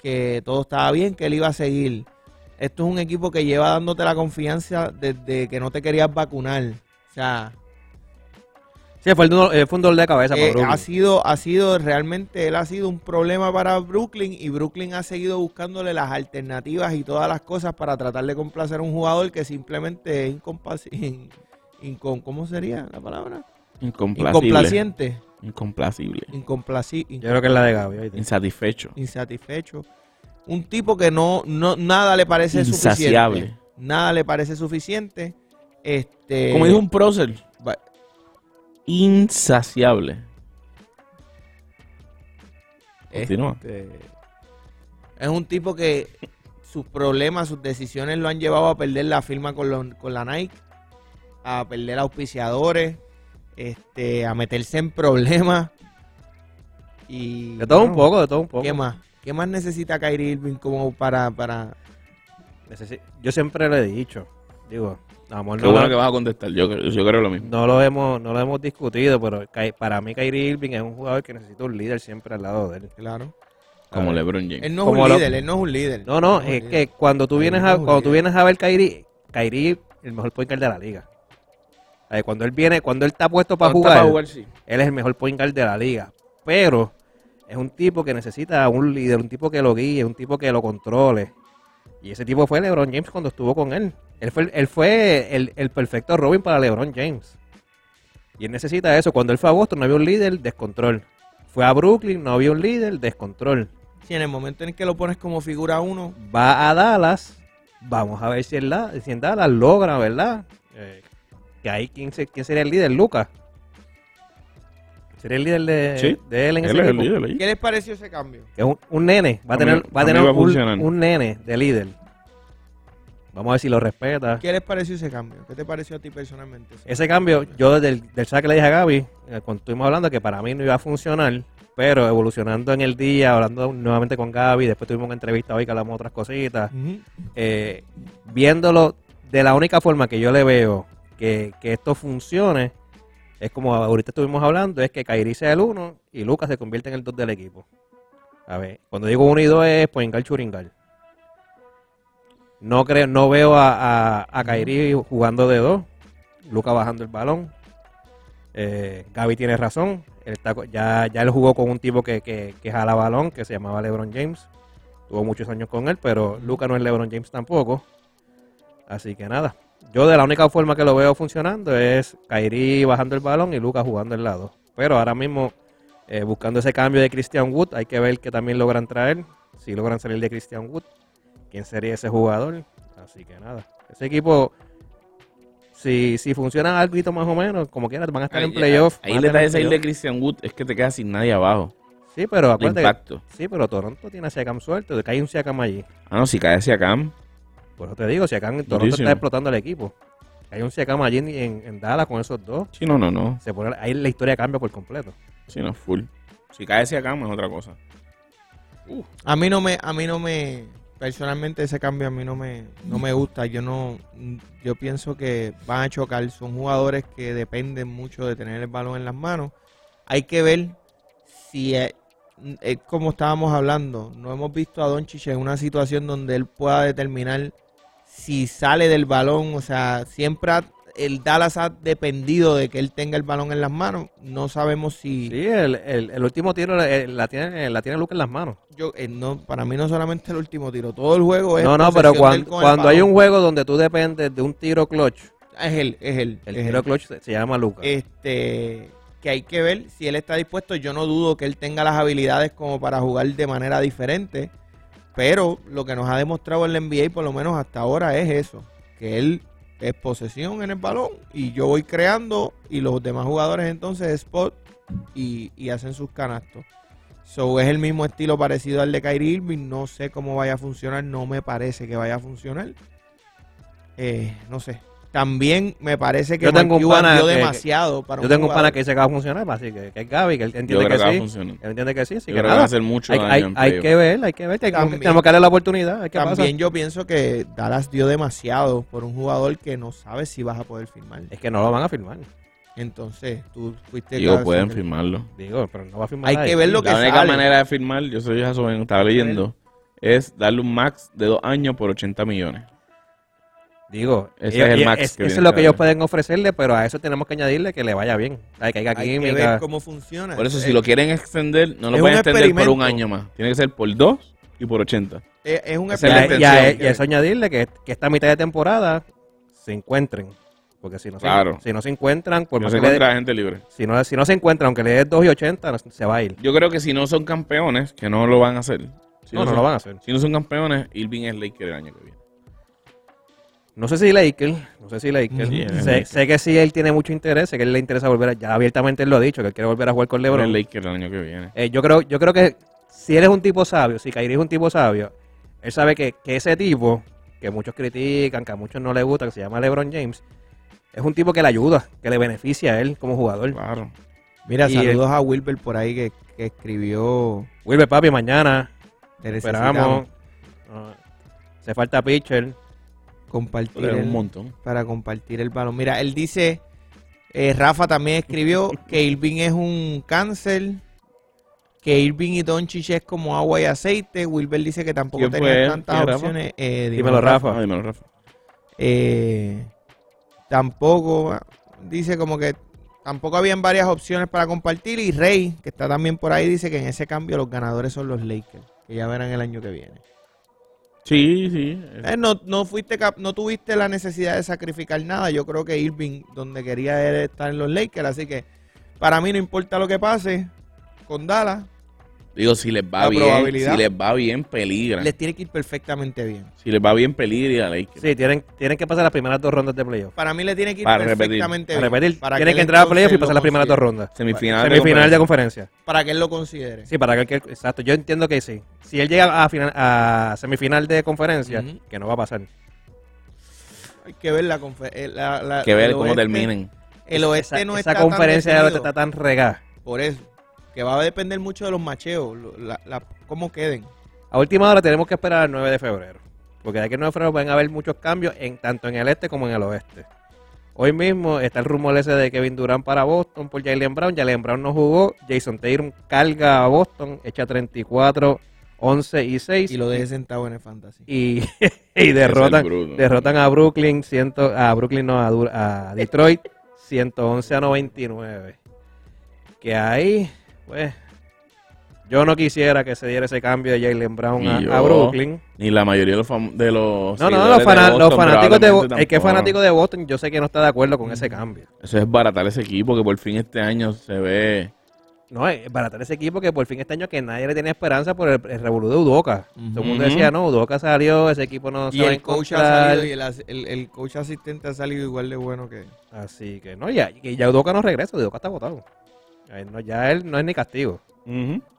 Speaker 1: que todo estaba bien, que él iba a seguir. Esto es un equipo que lleva dándote la confianza desde que no te querías vacunar. O sea,
Speaker 3: Sí, fue, el, duro- eh, fue un dolor de cabeza para
Speaker 1: eh,
Speaker 3: Brooklyn.
Speaker 1: ha sido, ha sido realmente, él ha sido un problema para Brooklyn y Brooklyn ha seguido buscándole las alternativas y todas las cosas para tratar de complacer a un jugador que simplemente es incompas- in- incon- ¿cómo sería la palabra?
Speaker 2: Incomplacible.
Speaker 1: Incomplaciente,
Speaker 2: Incomplacible.
Speaker 1: incomplaci, in-
Speaker 3: Yo creo que es la de Gaby. ¿oíste?
Speaker 2: Insatisfecho.
Speaker 1: insatisfecho, un tipo que no, no nada le parece
Speaker 2: Insaciable.
Speaker 1: suficiente, nada le parece suficiente, este,
Speaker 2: Como dijo un prócer,
Speaker 1: va-
Speaker 2: insaciable. Continúa.
Speaker 1: Este, es un tipo que sus problemas, sus decisiones lo han llevado a perder la firma con, lo- con la Nike, a perder auspiciadores, este, a meterse en problemas. Y,
Speaker 3: De todo un
Speaker 1: bueno,
Speaker 3: poco, de todo un poco.
Speaker 1: ¿Qué más? ¿Qué más necesita Kyrie Irving como para, para
Speaker 3: Necesi- Yo siempre lo he dicho. Digo, amor,
Speaker 2: Qué
Speaker 3: no,
Speaker 2: bueno que vas a contestar. Yo, yo creo lo mismo.
Speaker 3: No lo hemos, no lo hemos discutido, pero Kai- para mí Kyrie Irving es un jugador que necesita un líder siempre al lado de él.
Speaker 1: Claro.
Speaker 2: Como
Speaker 3: A ver.
Speaker 2: LeBron James.
Speaker 1: Él no es
Speaker 3: Como
Speaker 1: un
Speaker 3: lo-
Speaker 1: líder, él no es un líder.
Speaker 3: No, no,
Speaker 1: Él es
Speaker 3: es
Speaker 1: un
Speaker 3: que
Speaker 1: líder.
Speaker 3: cuando tú vienes
Speaker 1: Kyrie
Speaker 3: a,
Speaker 1: es un
Speaker 3: cuando tú
Speaker 1: líder.
Speaker 3: vienes a ver Kyrie, Kyrie el mejor point guard de la liga. Eh, Cuando él viene, cuando él está puesto para
Speaker 2: Cuando está
Speaker 3: jugar,
Speaker 2: para jugar, sí.
Speaker 3: él es el mejor point guard de la liga. Pero es un tipo que necesita a un líder, un tipo que lo guíe, un tipo que lo controle. Y ese tipo fue LeBron James cuando estuvo con él. Él fue, él fue el, el perfecto Robin para LeBron James. Y él necesita eso. Cuando él fue a Boston no había un líder, descontrol. Fue a Brooklyn, no había un líder, descontrol.
Speaker 1: Si en el momento en que lo pones como figura uno,
Speaker 3: Va a Dallas, vamos a ver si en, la- si en Dallas logra, ¿verdad? Eh, que ahí, ¿quién, se- quién sería el líder? Lucas. Sería el líder de,
Speaker 2: Sí.
Speaker 3: de él en
Speaker 2: Él
Speaker 3: ese
Speaker 2: es el
Speaker 3: equipo.
Speaker 2: líder ahí.
Speaker 1: ¿Qué les pareció ese cambio?
Speaker 3: Que es un, un nene. Va a
Speaker 2: A mí-
Speaker 3: tener, va
Speaker 2: a
Speaker 3: a
Speaker 2: mí
Speaker 3: tener
Speaker 2: va a funcionar.
Speaker 3: un, un nene de líder. Vamos a ver si lo respeta.
Speaker 1: ¿Qué les pareció ese cambio? ¿Qué te pareció a ti personalmente?
Speaker 3: Ese cambio, yo del, del saque le dije a Gaby, eh, cuando estuvimos hablando, que para mí no iba a funcionar, pero evolucionando en el día, hablando nuevamente con Gaby, después tuvimos una entrevista hoy que hablamos otras cositas,
Speaker 1: Ujú.
Speaker 3: eh, viéndolo de la única forma que yo le veo que, que esto funcione, es como ahorita estuvimos hablando, es que Kairi sea el 1 y Lucas se convierte en el 2 del equipo. A ver, cuando digo 1 y 2 es Poingal Churingal. No creo, no veo a, a, a Kairi jugando de 2, Lucas bajando el balón. Eh, Gaby tiene razón, él está co- ya, ya él jugó con un tipo que, que, que jala balón, que se llamaba LeBron James. Tuvo muchos años con él, pero Lucas no es LeBron James tampoco. Así que nada. Yo de la única forma que lo veo funcionando es Kairi bajando el balón y Lucas jugando el lado. Pero ahora mismo, eh, buscando ese cambio de Christian Wood, hay que ver que también logran traer. Si logran salir de Christian Wood, quién sería ese jugador. Así que nada. Ese equipo, si, si funciona algo más o menos, como quieran, van a estar en playoff.
Speaker 2: Ahí
Speaker 3: van a
Speaker 2: le
Speaker 3: estar
Speaker 2: da
Speaker 3: en
Speaker 2: ese de
Speaker 3: playoff.
Speaker 2: Christian Wood, es que te quedas sin nadie abajo.
Speaker 3: Sí, pero
Speaker 2: El
Speaker 3: acuérdate. que-
Speaker 2: impacto.
Speaker 3: Sí, pero Toronto tiene a Siakam suerte, de que hay un Siakam allí.
Speaker 2: Ah, no, si cae hacia Cam.
Speaker 3: Por eso te digo, Siakam, Toronto
Speaker 2: Durísimo.
Speaker 3: está explotando al equipo. Hay un Siakam allí en, en, en Dallas con esos dos.
Speaker 2: Sí, no, no, no.
Speaker 3: Se pone, ahí la historia cambia por completo.
Speaker 2: Sí, no, full. Si cae hacia Cam es otra cosa.
Speaker 1: A mí no me, a mí no me, personalmente ese cambio a mí no me, no me gusta. Yo no, yo pienso que van a chocar. Son jugadores que dependen mucho de tener el balón en las manos. Hay que ver si eh, es como estábamos hablando. No hemos visto a Doncic en una situación donde él pueda determinar si sale del balón. O sea, siempre ha- el Dallas ha dependido de que él tenga el balón en las manos. No sabemos si
Speaker 3: Sí, el, el, el último tiro eh, la tiene, la tiene Luca en las manos.
Speaker 1: Yo, eh, no, para mí no solamente el último tiro, todo el juego es.
Speaker 3: No, no,
Speaker 1: posesión
Speaker 3: pero
Speaker 1: de él
Speaker 3: cuando,
Speaker 1: con el
Speaker 3: cuando hay
Speaker 1: balón.
Speaker 3: un juego donde tú dependes de un tiro clutch,
Speaker 1: Es él, es él.
Speaker 3: el
Speaker 1: es
Speaker 3: tiro
Speaker 1: él.
Speaker 3: clutch se, se llama Luca.
Speaker 1: Este, que hay que ver si él está dispuesto. Yo no dudo que él tenga las habilidades como para jugar de manera diferente, pero lo que nos ha demostrado el NBA, por lo menos hasta ahora, es eso: que él es posesión en el balón y yo voy creando y los demás jugadores entonces spot y, y hacen sus canastos. So, es el mismo estilo parecido al de Kyrie Irving. No sé cómo vaya a funcionar. No me parece que vaya a funcionar. Eh, no sé. También me parece que
Speaker 3: Yo
Speaker 1: Mark
Speaker 3: tengo un
Speaker 1: Cuban
Speaker 3: pana
Speaker 1: dio
Speaker 3: que-
Speaker 1: demasiado para
Speaker 3: Yo
Speaker 1: un
Speaker 3: tengo un pana
Speaker 1: jugador.
Speaker 3: que dice que va a funcionar, pues, así que, que es Gaby, que él
Speaker 2: Yo
Speaker 3: entiende
Speaker 2: creo
Speaker 3: que
Speaker 2: que va a
Speaker 3: sí.
Speaker 2: funcionar. Yo
Speaker 3: Él entiende que sí, así que
Speaker 2: creo que va a
Speaker 3: nada.
Speaker 2: hacer mucho
Speaker 3: Hay,
Speaker 2: daño
Speaker 3: hay-
Speaker 2: en
Speaker 3: hay
Speaker 2: playoff.
Speaker 3: que ver, hay que ver. Tenemos,
Speaker 1: También-
Speaker 3: que- tenemos que darle la oportunidad. hay que pasar.
Speaker 1: También yo pienso que Dallas dio demasiado por un jugador que no sabe si vas a poder firmar.
Speaker 3: Es que no lo van a firmar.
Speaker 1: Entonces, tú fuiste...
Speaker 2: Digo,
Speaker 1: cabeza
Speaker 2: pueden
Speaker 1: que-
Speaker 2: firmarlo.
Speaker 3: Digo, pero no va a firmar.
Speaker 1: Hay
Speaker 3: nadie.
Speaker 1: que ver lo que
Speaker 2: La única
Speaker 1: sale.
Speaker 2: manera de firmar, yo soy Jason, estaba leyendo, es darle un max de dos años por 80 millones.
Speaker 3: Digo,
Speaker 2: Ese
Speaker 3: ellos-
Speaker 2: es el
Speaker 3: ellos-
Speaker 2: max
Speaker 3: es-
Speaker 2: que
Speaker 3: eso es
Speaker 2: tiene
Speaker 3: lo
Speaker 2: que
Speaker 3: que ellos
Speaker 2: haber.
Speaker 3: pueden ofrecerle, pero a eso tenemos que añadirle que le vaya bien. O sea, que haya
Speaker 1: Hay que
Speaker 3: química.
Speaker 1: ver cómo funciona.
Speaker 2: Por eso,
Speaker 1: Es-
Speaker 2: si lo quieren extender, no lo
Speaker 1: Eh, es
Speaker 2: pueden
Speaker 1: un
Speaker 2: extender por un
Speaker 1: experimento.
Speaker 2: año más. Tiene que ser por dos y por 80.
Speaker 1: es, es un
Speaker 2: Esa es
Speaker 3: Y
Speaker 2: la
Speaker 3: a- y, a-
Speaker 2: intención.
Speaker 3: y a eso añadirle que, que esta mitad de temporada se encuentren. Porque si no, se-
Speaker 2: Claro.
Speaker 3: si no se encuentran, por
Speaker 2: No
Speaker 3: más
Speaker 2: se
Speaker 3: que le-
Speaker 2: encuentra gente libre.
Speaker 3: si, no, si no se encuentran, aunque le des 2 y 80, no- se va a ir.
Speaker 2: Yo creo que si no son campeones, que no lo van a hacer. Si
Speaker 3: no, no
Speaker 2: son,
Speaker 3: lo van a hacer.
Speaker 2: Si no son campeones, Irving es Laker el año que viene.
Speaker 3: No sé si Laker, no sé si Laker.
Speaker 1: Yeah,
Speaker 2: Laker.
Speaker 3: sé, sé que sí él tiene mucho interés, sé que él le interesa volver a, ya abiertamente él lo ha dicho, que él quiere volver a jugar con
Speaker 2: Pero
Speaker 3: LeBron.
Speaker 2: el Laker el año que viene.
Speaker 3: Eh, yo, creo, yo creo que si eres un tipo sabio, si Kyrie es un tipo sabio, él sabe que, que ese tipo, que muchos critican, que a muchos no le gusta, que se llama LeBron James, es un tipo que le ayuda, que le beneficia a él como jugador.
Speaker 2: Claro.
Speaker 1: Mira,
Speaker 3: Y
Speaker 1: saludos a Wilber por ahí que, que escribió...
Speaker 3: Vuelve papi mañana,
Speaker 1: "Te necesitamos".
Speaker 3: esperamos. Ah, se falta pitcher.
Speaker 1: compartir
Speaker 2: Pero es
Speaker 1: el-
Speaker 2: un montón.
Speaker 1: para compartir el balón. Mira, él dice, eh, Rafa también escribió que Irving es un cáncer, que Irving y Doncic es como agua y aceite. Wilber dice que tampoco
Speaker 2: ¿Quién fue
Speaker 1: tenía
Speaker 2: él?
Speaker 1: tantas
Speaker 2: ¿Quién, Rafa?
Speaker 1: opciones. Eh,
Speaker 3: Dímelo, Rafa.
Speaker 2: Ah, dímelo, Rafa.
Speaker 1: Eh, tampoco ah, dice como que tampoco habían varias opciones para compartir y Rey, que está también por ahí, dice que en ese cambio los ganadores son los Lakers, que ya verán el año que viene.
Speaker 2: Sí, sí.
Speaker 1: Eh, no, no fuiste cap- no tuviste la necesidad de sacrificar nada. Yo creo que Irving, donde quería era estar en los Lakers, así que para mí no importa lo que pase con Dallas,
Speaker 2: Digo, si les va
Speaker 1: La
Speaker 2: bien,
Speaker 1: probabilidad.
Speaker 2: si les va bien, peligra.
Speaker 1: Les tiene que ir perfectamente bien.
Speaker 2: Si les va bien, peligra a Lakers.
Speaker 3: Sí, tienen, tienen que pasar las primeras dos rondas de playoff.
Speaker 1: Para mí le tiene que ir
Speaker 2: Para repetir.
Speaker 1: perfectamente
Speaker 3: Para
Speaker 1: bien.
Speaker 3: repetir,
Speaker 1: para
Speaker 3: tienen
Speaker 1: él
Speaker 3: que entrar a
Speaker 1: entonces
Speaker 3: playoff y
Speaker 1: lo
Speaker 3: pasar las primeras dos
Speaker 1: considere.
Speaker 3: rondas.
Speaker 2: Semifinal, de
Speaker 3: Semifinal de
Speaker 2: conferencia.
Speaker 3: conferencia.
Speaker 1: Para que él lo considere.
Speaker 3: Sí, para que, que- exacto. Yo entiendo que sí. Si él llega a, final, a semifinal de conferencia,
Speaker 1: Ujú.
Speaker 3: que no va a pasar.
Speaker 1: Hay que ver la conferencia.
Speaker 2: Que ver cómo terminen.
Speaker 1: El oeste
Speaker 3: esa,
Speaker 1: no
Speaker 3: esa
Speaker 1: está tan
Speaker 3: conferencia de
Speaker 1: definido.
Speaker 3: oeste está tan regada.
Speaker 1: Por eso. Que va a depender mucho de los macheos. lo- la- la- cómo queden.
Speaker 3: A última hora tenemos que esperar al 9 de febrero. Porque de aquí al 9 de febrero van a haber muchos cambios en tanto en el este como en el oeste. Hoy mismo está el rumor ese de Kevin Durant para Boston por Jalen Brown. Jalen Brown no jugó. Jason Tatum carga a Boston, echa 34, 11 y 6.
Speaker 1: Y lo deje sentado en el fantasy.
Speaker 3: y, y derrotan, derrotan a Brooklyn, ciento, a Brooklyn no, a, Dur- a Detroit, 111 a 99. Que ahí, pues, yo no quisiera que se diera ese cambio de Jalen Brown a,
Speaker 2: Ni yo.
Speaker 3: a Brooklyn.
Speaker 2: Ni la mayoría de los, fam- de los
Speaker 3: No, no,
Speaker 2: seguidores
Speaker 3: los,
Speaker 2: de
Speaker 3: fana- los
Speaker 2: Boston
Speaker 3: fanáticos
Speaker 2: probablemente
Speaker 3: de Boston, el que es
Speaker 2: tampoco. Mm.
Speaker 3: fanático de Boston, yo sé que no está de acuerdo con ese cambio.
Speaker 2: Eso es baratar ese equipo que por fin este año se ve.
Speaker 3: No, es baratar ese equipo que por fin este año que nadie le tenía esperanza por el, el revolú de Udoca. Todo el mundo
Speaker 2: Ujú.
Speaker 3: decía, no, Udoca salió, ese equipo no
Speaker 1: Y
Speaker 3: se va a
Speaker 1: el coach ha
Speaker 3: encontrar".
Speaker 1: salido y el, as- el- el coach asistente ha salido igual de bueno que.
Speaker 3: Así que no, ya, que ya Udoca no regresa, Udoca está votado. no, ya él no es ni castigo,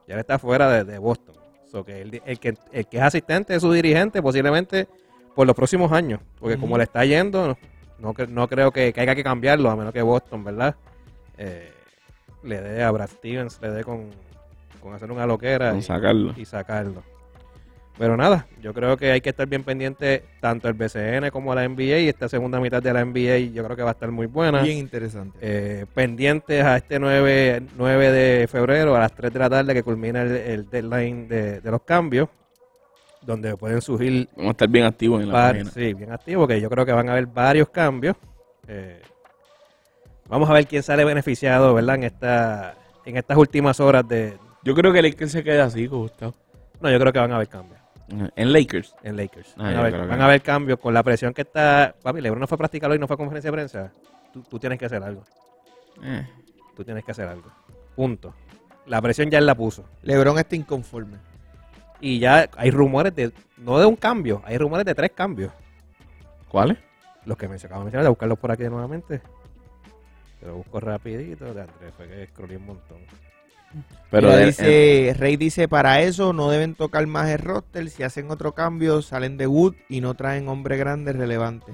Speaker 3: ya él está fuera de, de Boston. So que él- el, que, el que es asistente es su dirigente posiblemente por los próximos años, porque como
Speaker 1: Ujú.
Speaker 3: le está yendo, no, no, cre- no creo que, que haya que cambiarlo, a menos que Boston, ¿verdad? Eh, le dé a Brad Stevens, le dé con, con hacer una loquera.
Speaker 2: Con
Speaker 3: y-
Speaker 2: sacarlo.
Speaker 3: y sacarlo. Pero nada, yo creo que hay que estar bien pendiente tanto el BCN como la NBA y esta segunda mitad de la NBA yo creo que va a estar muy buena.
Speaker 1: Bien interesante.
Speaker 3: Eh, pendientes a este 9, 9 de febrero a las 3 de la tarde que culmina el, el deadline de, de los cambios, donde pueden surgir
Speaker 2: Vamos a estar bien activos en la
Speaker 3: Var-
Speaker 2: página.
Speaker 3: sí, bien activo, que yo creo que van a haber varios cambios. Eh, vamos a ver quién sale beneficiado, ¿verdad? En, esta, en estas últimas horas de...
Speaker 2: Yo creo que Lakers se queda así, Gustavo. Eh,
Speaker 3: No, yo creo que van a haber cambios.
Speaker 2: En Lakers.
Speaker 3: en Lakers.
Speaker 2: Ah,
Speaker 3: van,
Speaker 2: yo
Speaker 3: a ver,
Speaker 2: creo que
Speaker 3: van
Speaker 2: no.
Speaker 3: a haber cambios con la presión que está. Papi, Lebron no fue a practicar hoy, no fue a conferencia de prensa. Tú, tú tienes que hacer algo.
Speaker 2: Eh,
Speaker 3: Tú tienes que hacer algo. Punto. La presión ya él la puso.
Speaker 1: Lebron está inconforme.
Speaker 3: Y ya hay rumores de. No de un cambio, hay rumores de tres cambios.
Speaker 2: ¿Cuáles?
Speaker 3: Los que me acabo de mencionar, de buscarlos por aquí nuevamente. Te lo busco rapidito. De Andrés, fue que scrollé un montón.
Speaker 2: Pero
Speaker 1: Mira,
Speaker 2: de- eh,
Speaker 1: dice, Rey dice, para eso no deben tocar más el roster. Si hacen otro cambio, salen de Wood y no traen hombre grande relevante.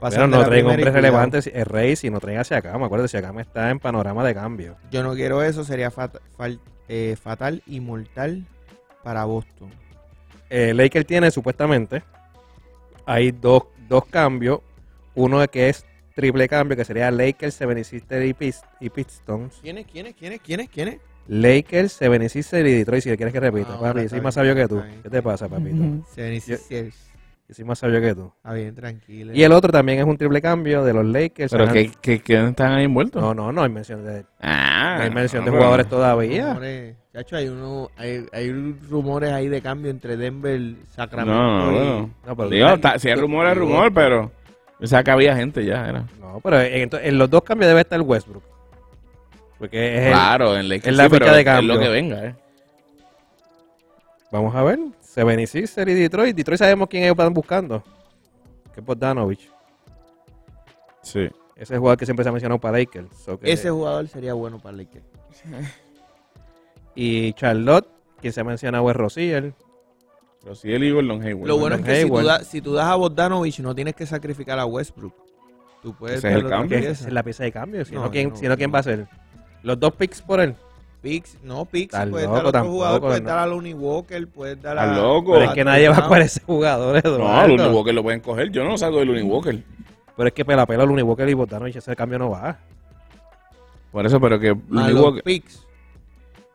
Speaker 1: Pasan
Speaker 3: Pero
Speaker 1: de
Speaker 3: no
Speaker 1: la
Speaker 3: traen
Speaker 1: primera y
Speaker 3: hombres
Speaker 1: cuidado.
Speaker 3: relevantes. El Rey, si no traen hacia acá, me acuerdo, hacia acá está en panorama de cambio.
Speaker 1: Yo no quiero eso, sería fat- fal- eh, fatal y mortal para Boston.
Speaker 3: eh, Laker tiene supuestamente hay dos, dos cambios. Uno que es triple cambio, que sería Lakers, 76ers y, Pist y Pistons.
Speaker 1: ¿Quiénes, quiénes, quiénes, quiénes, quiénes?
Speaker 3: Lakers, 76ers y Detroit, si le quieres que repita.
Speaker 1: Ah, ahora
Speaker 3: papi, yo
Speaker 1: está
Speaker 3: soy más
Speaker 1: bien,
Speaker 3: sabio que tú.
Speaker 1: está bien.
Speaker 3: ¿Qué te pasa, papito? Yo-
Speaker 1: 76ers.
Speaker 3: Yo soy más sabio que tú.
Speaker 1: Está bien, tranquilo.
Speaker 3: Y el otro también es un triple cambio de los Lakers.
Speaker 2: ¿Pero
Speaker 3: San-
Speaker 2: que, que, que están ahí envueltos?
Speaker 3: No, no, no hay mención de, no
Speaker 2: Ah,
Speaker 3: hay mención de
Speaker 2: no,
Speaker 3: jugadores
Speaker 2: pero-
Speaker 3: todavía.
Speaker 1: Rumores. Chacho, hay, uno, hay, hay rumores ahí de cambio entre Denver, Sacramento
Speaker 2: No, no,
Speaker 1: y...
Speaker 2: bueno.
Speaker 3: No, pero,
Speaker 2: Digo, está- si hay rumor, hay
Speaker 1: digo-
Speaker 2: rumor, pero. O sea, que había gente ya, era.
Speaker 3: no, pero en, ento- en los dos cambios debe estar Westbrook. Porque es el-
Speaker 2: Claro, en Lakers.
Speaker 3: es la
Speaker 2: sí, pero
Speaker 3: fecha de
Speaker 2: es lo
Speaker 3: cambio.
Speaker 2: que venga, eh.
Speaker 3: Vamos a ver. 76ers y Detroit. Detroit sabemos quién ellos están buscando. Que es Bogdanovich.
Speaker 2: Sí.
Speaker 3: Ese jugador que siempre se ha mencionado para Lakers. So que-
Speaker 1: Ese jugador sería bueno para Lakers.
Speaker 3: Y Charlotte, quien se ha mencionado es Rosier.
Speaker 2: Pero sí el Igor Long Hayward.
Speaker 1: Lo bueno es que si tú,
Speaker 3: Hayward.
Speaker 1: da- si tú das a Bogdanovich no tienes que sacrificar a Westbrook. Tú puedes
Speaker 2: Ese es el
Speaker 1: darle otra
Speaker 2: cambio.
Speaker 3: Que
Speaker 1: pieza.
Speaker 3: esa es la pieza de cambio. Si no,
Speaker 1: No,
Speaker 3: ¿quién,
Speaker 1: no,
Speaker 3: si no, ¿quién
Speaker 1: no.
Speaker 3: va a ser? Los dos picks por él.
Speaker 1: Pix, no, Pix,
Speaker 3: Estás
Speaker 1: puedes
Speaker 3: loco,
Speaker 1: dar a otro
Speaker 3: tampoco,
Speaker 1: jugador, puedes
Speaker 3: no.
Speaker 1: dar a Lonnie Walker, puedes dar a...
Speaker 2: Estás loco.
Speaker 3: Pero es que nadie va a coger ese jugador,
Speaker 2: No,
Speaker 3: Eduardo.
Speaker 2: Looney Walker lo pueden coger. Yo no saco de Looney Walker.
Speaker 3: Pero es que pela pela Looney Walker y Bogdanovich. Ese cambio no va.
Speaker 2: Por eso, pero que
Speaker 1: a
Speaker 2: Looney
Speaker 1: los
Speaker 2: Walker.
Speaker 1: Pix.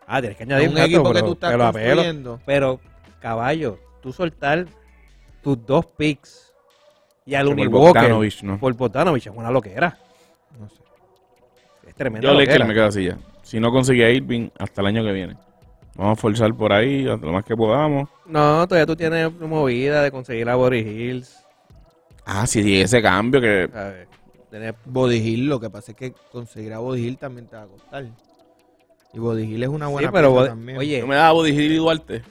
Speaker 3: Ah, tienes que
Speaker 1: a
Speaker 3: añadir
Speaker 1: un
Speaker 3: rato,
Speaker 1: equipo que
Speaker 3: pero
Speaker 1: tú estás
Speaker 3: pelo a pelo.
Speaker 1: construyendo.
Speaker 3: Pero, caballo, tú soltar tus dos picks y al
Speaker 2: por
Speaker 3: Univoque
Speaker 2: Bogdanovich, ¿no?
Speaker 3: por Bogdanovich es una loquera.
Speaker 1: No sé.
Speaker 3: Es tremenda
Speaker 2: Yo
Speaker 3: loquera.
Speaker 2: Lakers me quedo así ya. Si no conseguí a Irving, hasta el año que viene. Vamos a forzar por ahí, hasta lo más que podamos.
Speaker 3: No, todavía tú tienes movida de conseguir a Boris Hills.
Speaker 2: Ah, sí, sí, ese cambio que...
Speaker 3: ¿sabes? Tienes-
Speaker 1: Body Hill, lo que pasa es que conseguir a Body Hill también te va a costar. Y Body Hill es una buena
Speaker 3: pero
Speaker 1: pieza
Speaker 3: Body-
Speaker 1: también.
Speaker 3: oye.
Speaker 2: Yo me daba Body Hill y Duarte.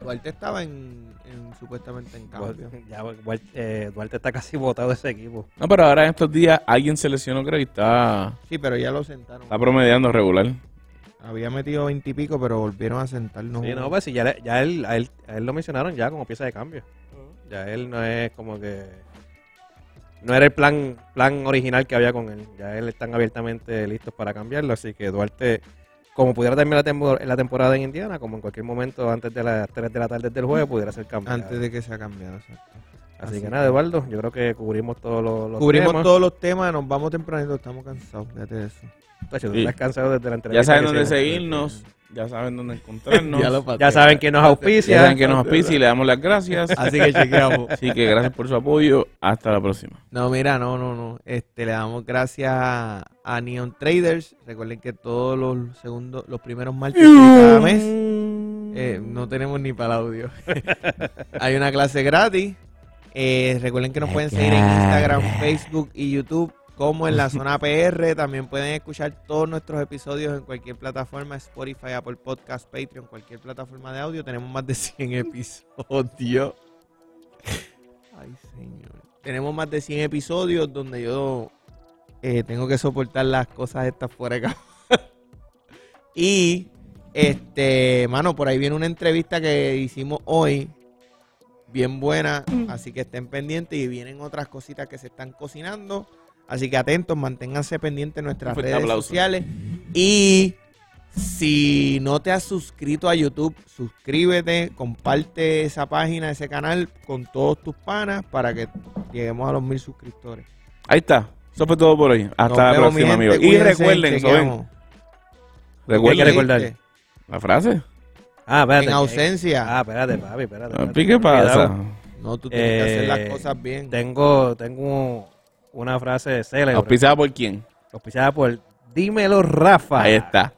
Speaker 1: Duarte estaba en, en- supuestamente en cambio.
Speaker 3: Ya, Duarte, eh, Duarte está casi botado de ese equipo.
Speaker 2: No, pero ahora en estos días alguien se lesionó, creo, y está,
Speaker 1: Sí, pero ya lo sentaron.
Speaker 2: está promediando regular.
Speaker 1: Había metido 20 y pico, pero volvieron a sentarnos.
Speaker 3: Sí, no, pues sí, ya, le- ya él, a, él, a él lo mencionaron ya como pieza de cambio. Ya él no es como que... No era el plan, plan original que había con él. Ya él están abiertamente listos para cambiarlo. Así que Duarte, como pudiera terminar la, tempo- la temporada en Indiana, como en cualquier momento antes de las 3 de la tarde del jueves, pudiera ser cambiado.
Speaker 1: Antes de que se ha cambiado. exacto.
Speaker 3: Así que nada, Eduardo, yo creo que cubrimos todos los, los
Speaker 1: Cubrimos
Speaker 3: temas.
Speaker 1: todos los temas, nos vamos tempranito, estamos cansados. Fíjate de eso.
Speaker 3: Tacho, tú
Speaker 2: Sí.
Speaker 3: estás cansado desde la entrevista.
Speaker 2: Ya saben
Speaker 3: que
Speaker 2: dónde
Speaker 3: hicimos.
Speaker 2: seguirnos, ya saben dónde encontrarnos, ya,
Speaker 3: Ya saben que nos auspicia.
Speaker 2: saben que nos auspicia y le damos las gracias.
Speaker 1: Así que chequeamos.
Speaker 2: Así que gracias por su apoyo. Hasta la próxima.
Speaker 1: No, mira, no, no, no. Este, le damos gracias a, a Neon Traders. Recuerden que todos los segundos, los primeros martes de cada mes, eh, no tenemos ni para el audio. Hay una clase gratis. Eh, recuerden que nos pueden seguir en Instagram, Facebook y YouTube, como en la zona PR. También pueden escuchar todos nuestros episodios en cualquier plataforma, Spotify, Apple Podcast, Patreon, cualquier plataforma de audio. Tenemos más de 100 episodios. Ay, señor. Tenemos más de 100 episodios donde yo eh, tengo que soportar las cosas estas fuera de cámara. y, este, mano, por ahí viene una entrevista que hicimos hoy, bien buena, así que estén pendientes y vienen otras cositas que se están cocinando. Así que atentos, manténganse pendientes en nuestras
Speaker 2: Un fuerte
Speaker 1: redes
Speaker 2: aplauso.
Speaker 1: sociales. Y si no te has suscrito a YouTube, suscríbete, comparte esa página, ese canal con todos tus panas para que lleguemos a los mil suscriptores.
Speaker 2: Ahí está. Eso fue todo por hoy. Hasta
Speaker 1: Nos
Speaker 2: la
Speaker 1: vemos, mi
Speaker 2: próxima, amigos.
Speaker 1: gente.
Speaker 2: Y
Speaker 1: Cuídense,
Speaker 2: recuerden,
Speaker 1: chequeamos.
Speaker 2: ¿saben?
Speaker 3: Hay que
Speaker 2: Recuerden
Speaker 3: recordar.
Speaker 2: la frase.
Speaker 3: Ah, espérate.
Speaker 1: En ausencia.
Speaker 3: Ah, espérate, papi, espérate. espérate.
Speaker 2: ¿Qué pasa?
Speaker 3: Cuidado.
Speaker 1: No, tú tienes que hacer
Speaker 3: Eh,
Speaker 1: las cosas bien.
Speaker 3: Tengo, tengo una frase célebre.
Speaker 2: ¿Auspiciada por quién?
Speaker 3: Auspiciada por Dímelo Rafa.
Speaker 2: Ahí está.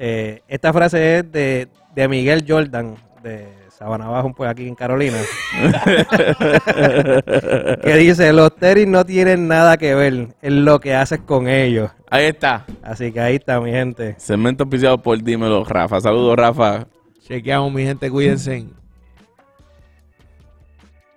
Speaker 3: Eh, esta frase es de, de Miguel Jordan, de Sabana Bajo, pues aquí en Carolina. que dice, los tenis no tienen nada que ver en lo que haces con ellos.
Speaker 2: Ahí está.
Speaker 3: Así que ahí está, mi gente.
Speaker 2: Segmento auspiciado por Dímelo, Rafa. Saludos, Rafa.
Speaker 1: Chequeamos, mi gente, cuídense.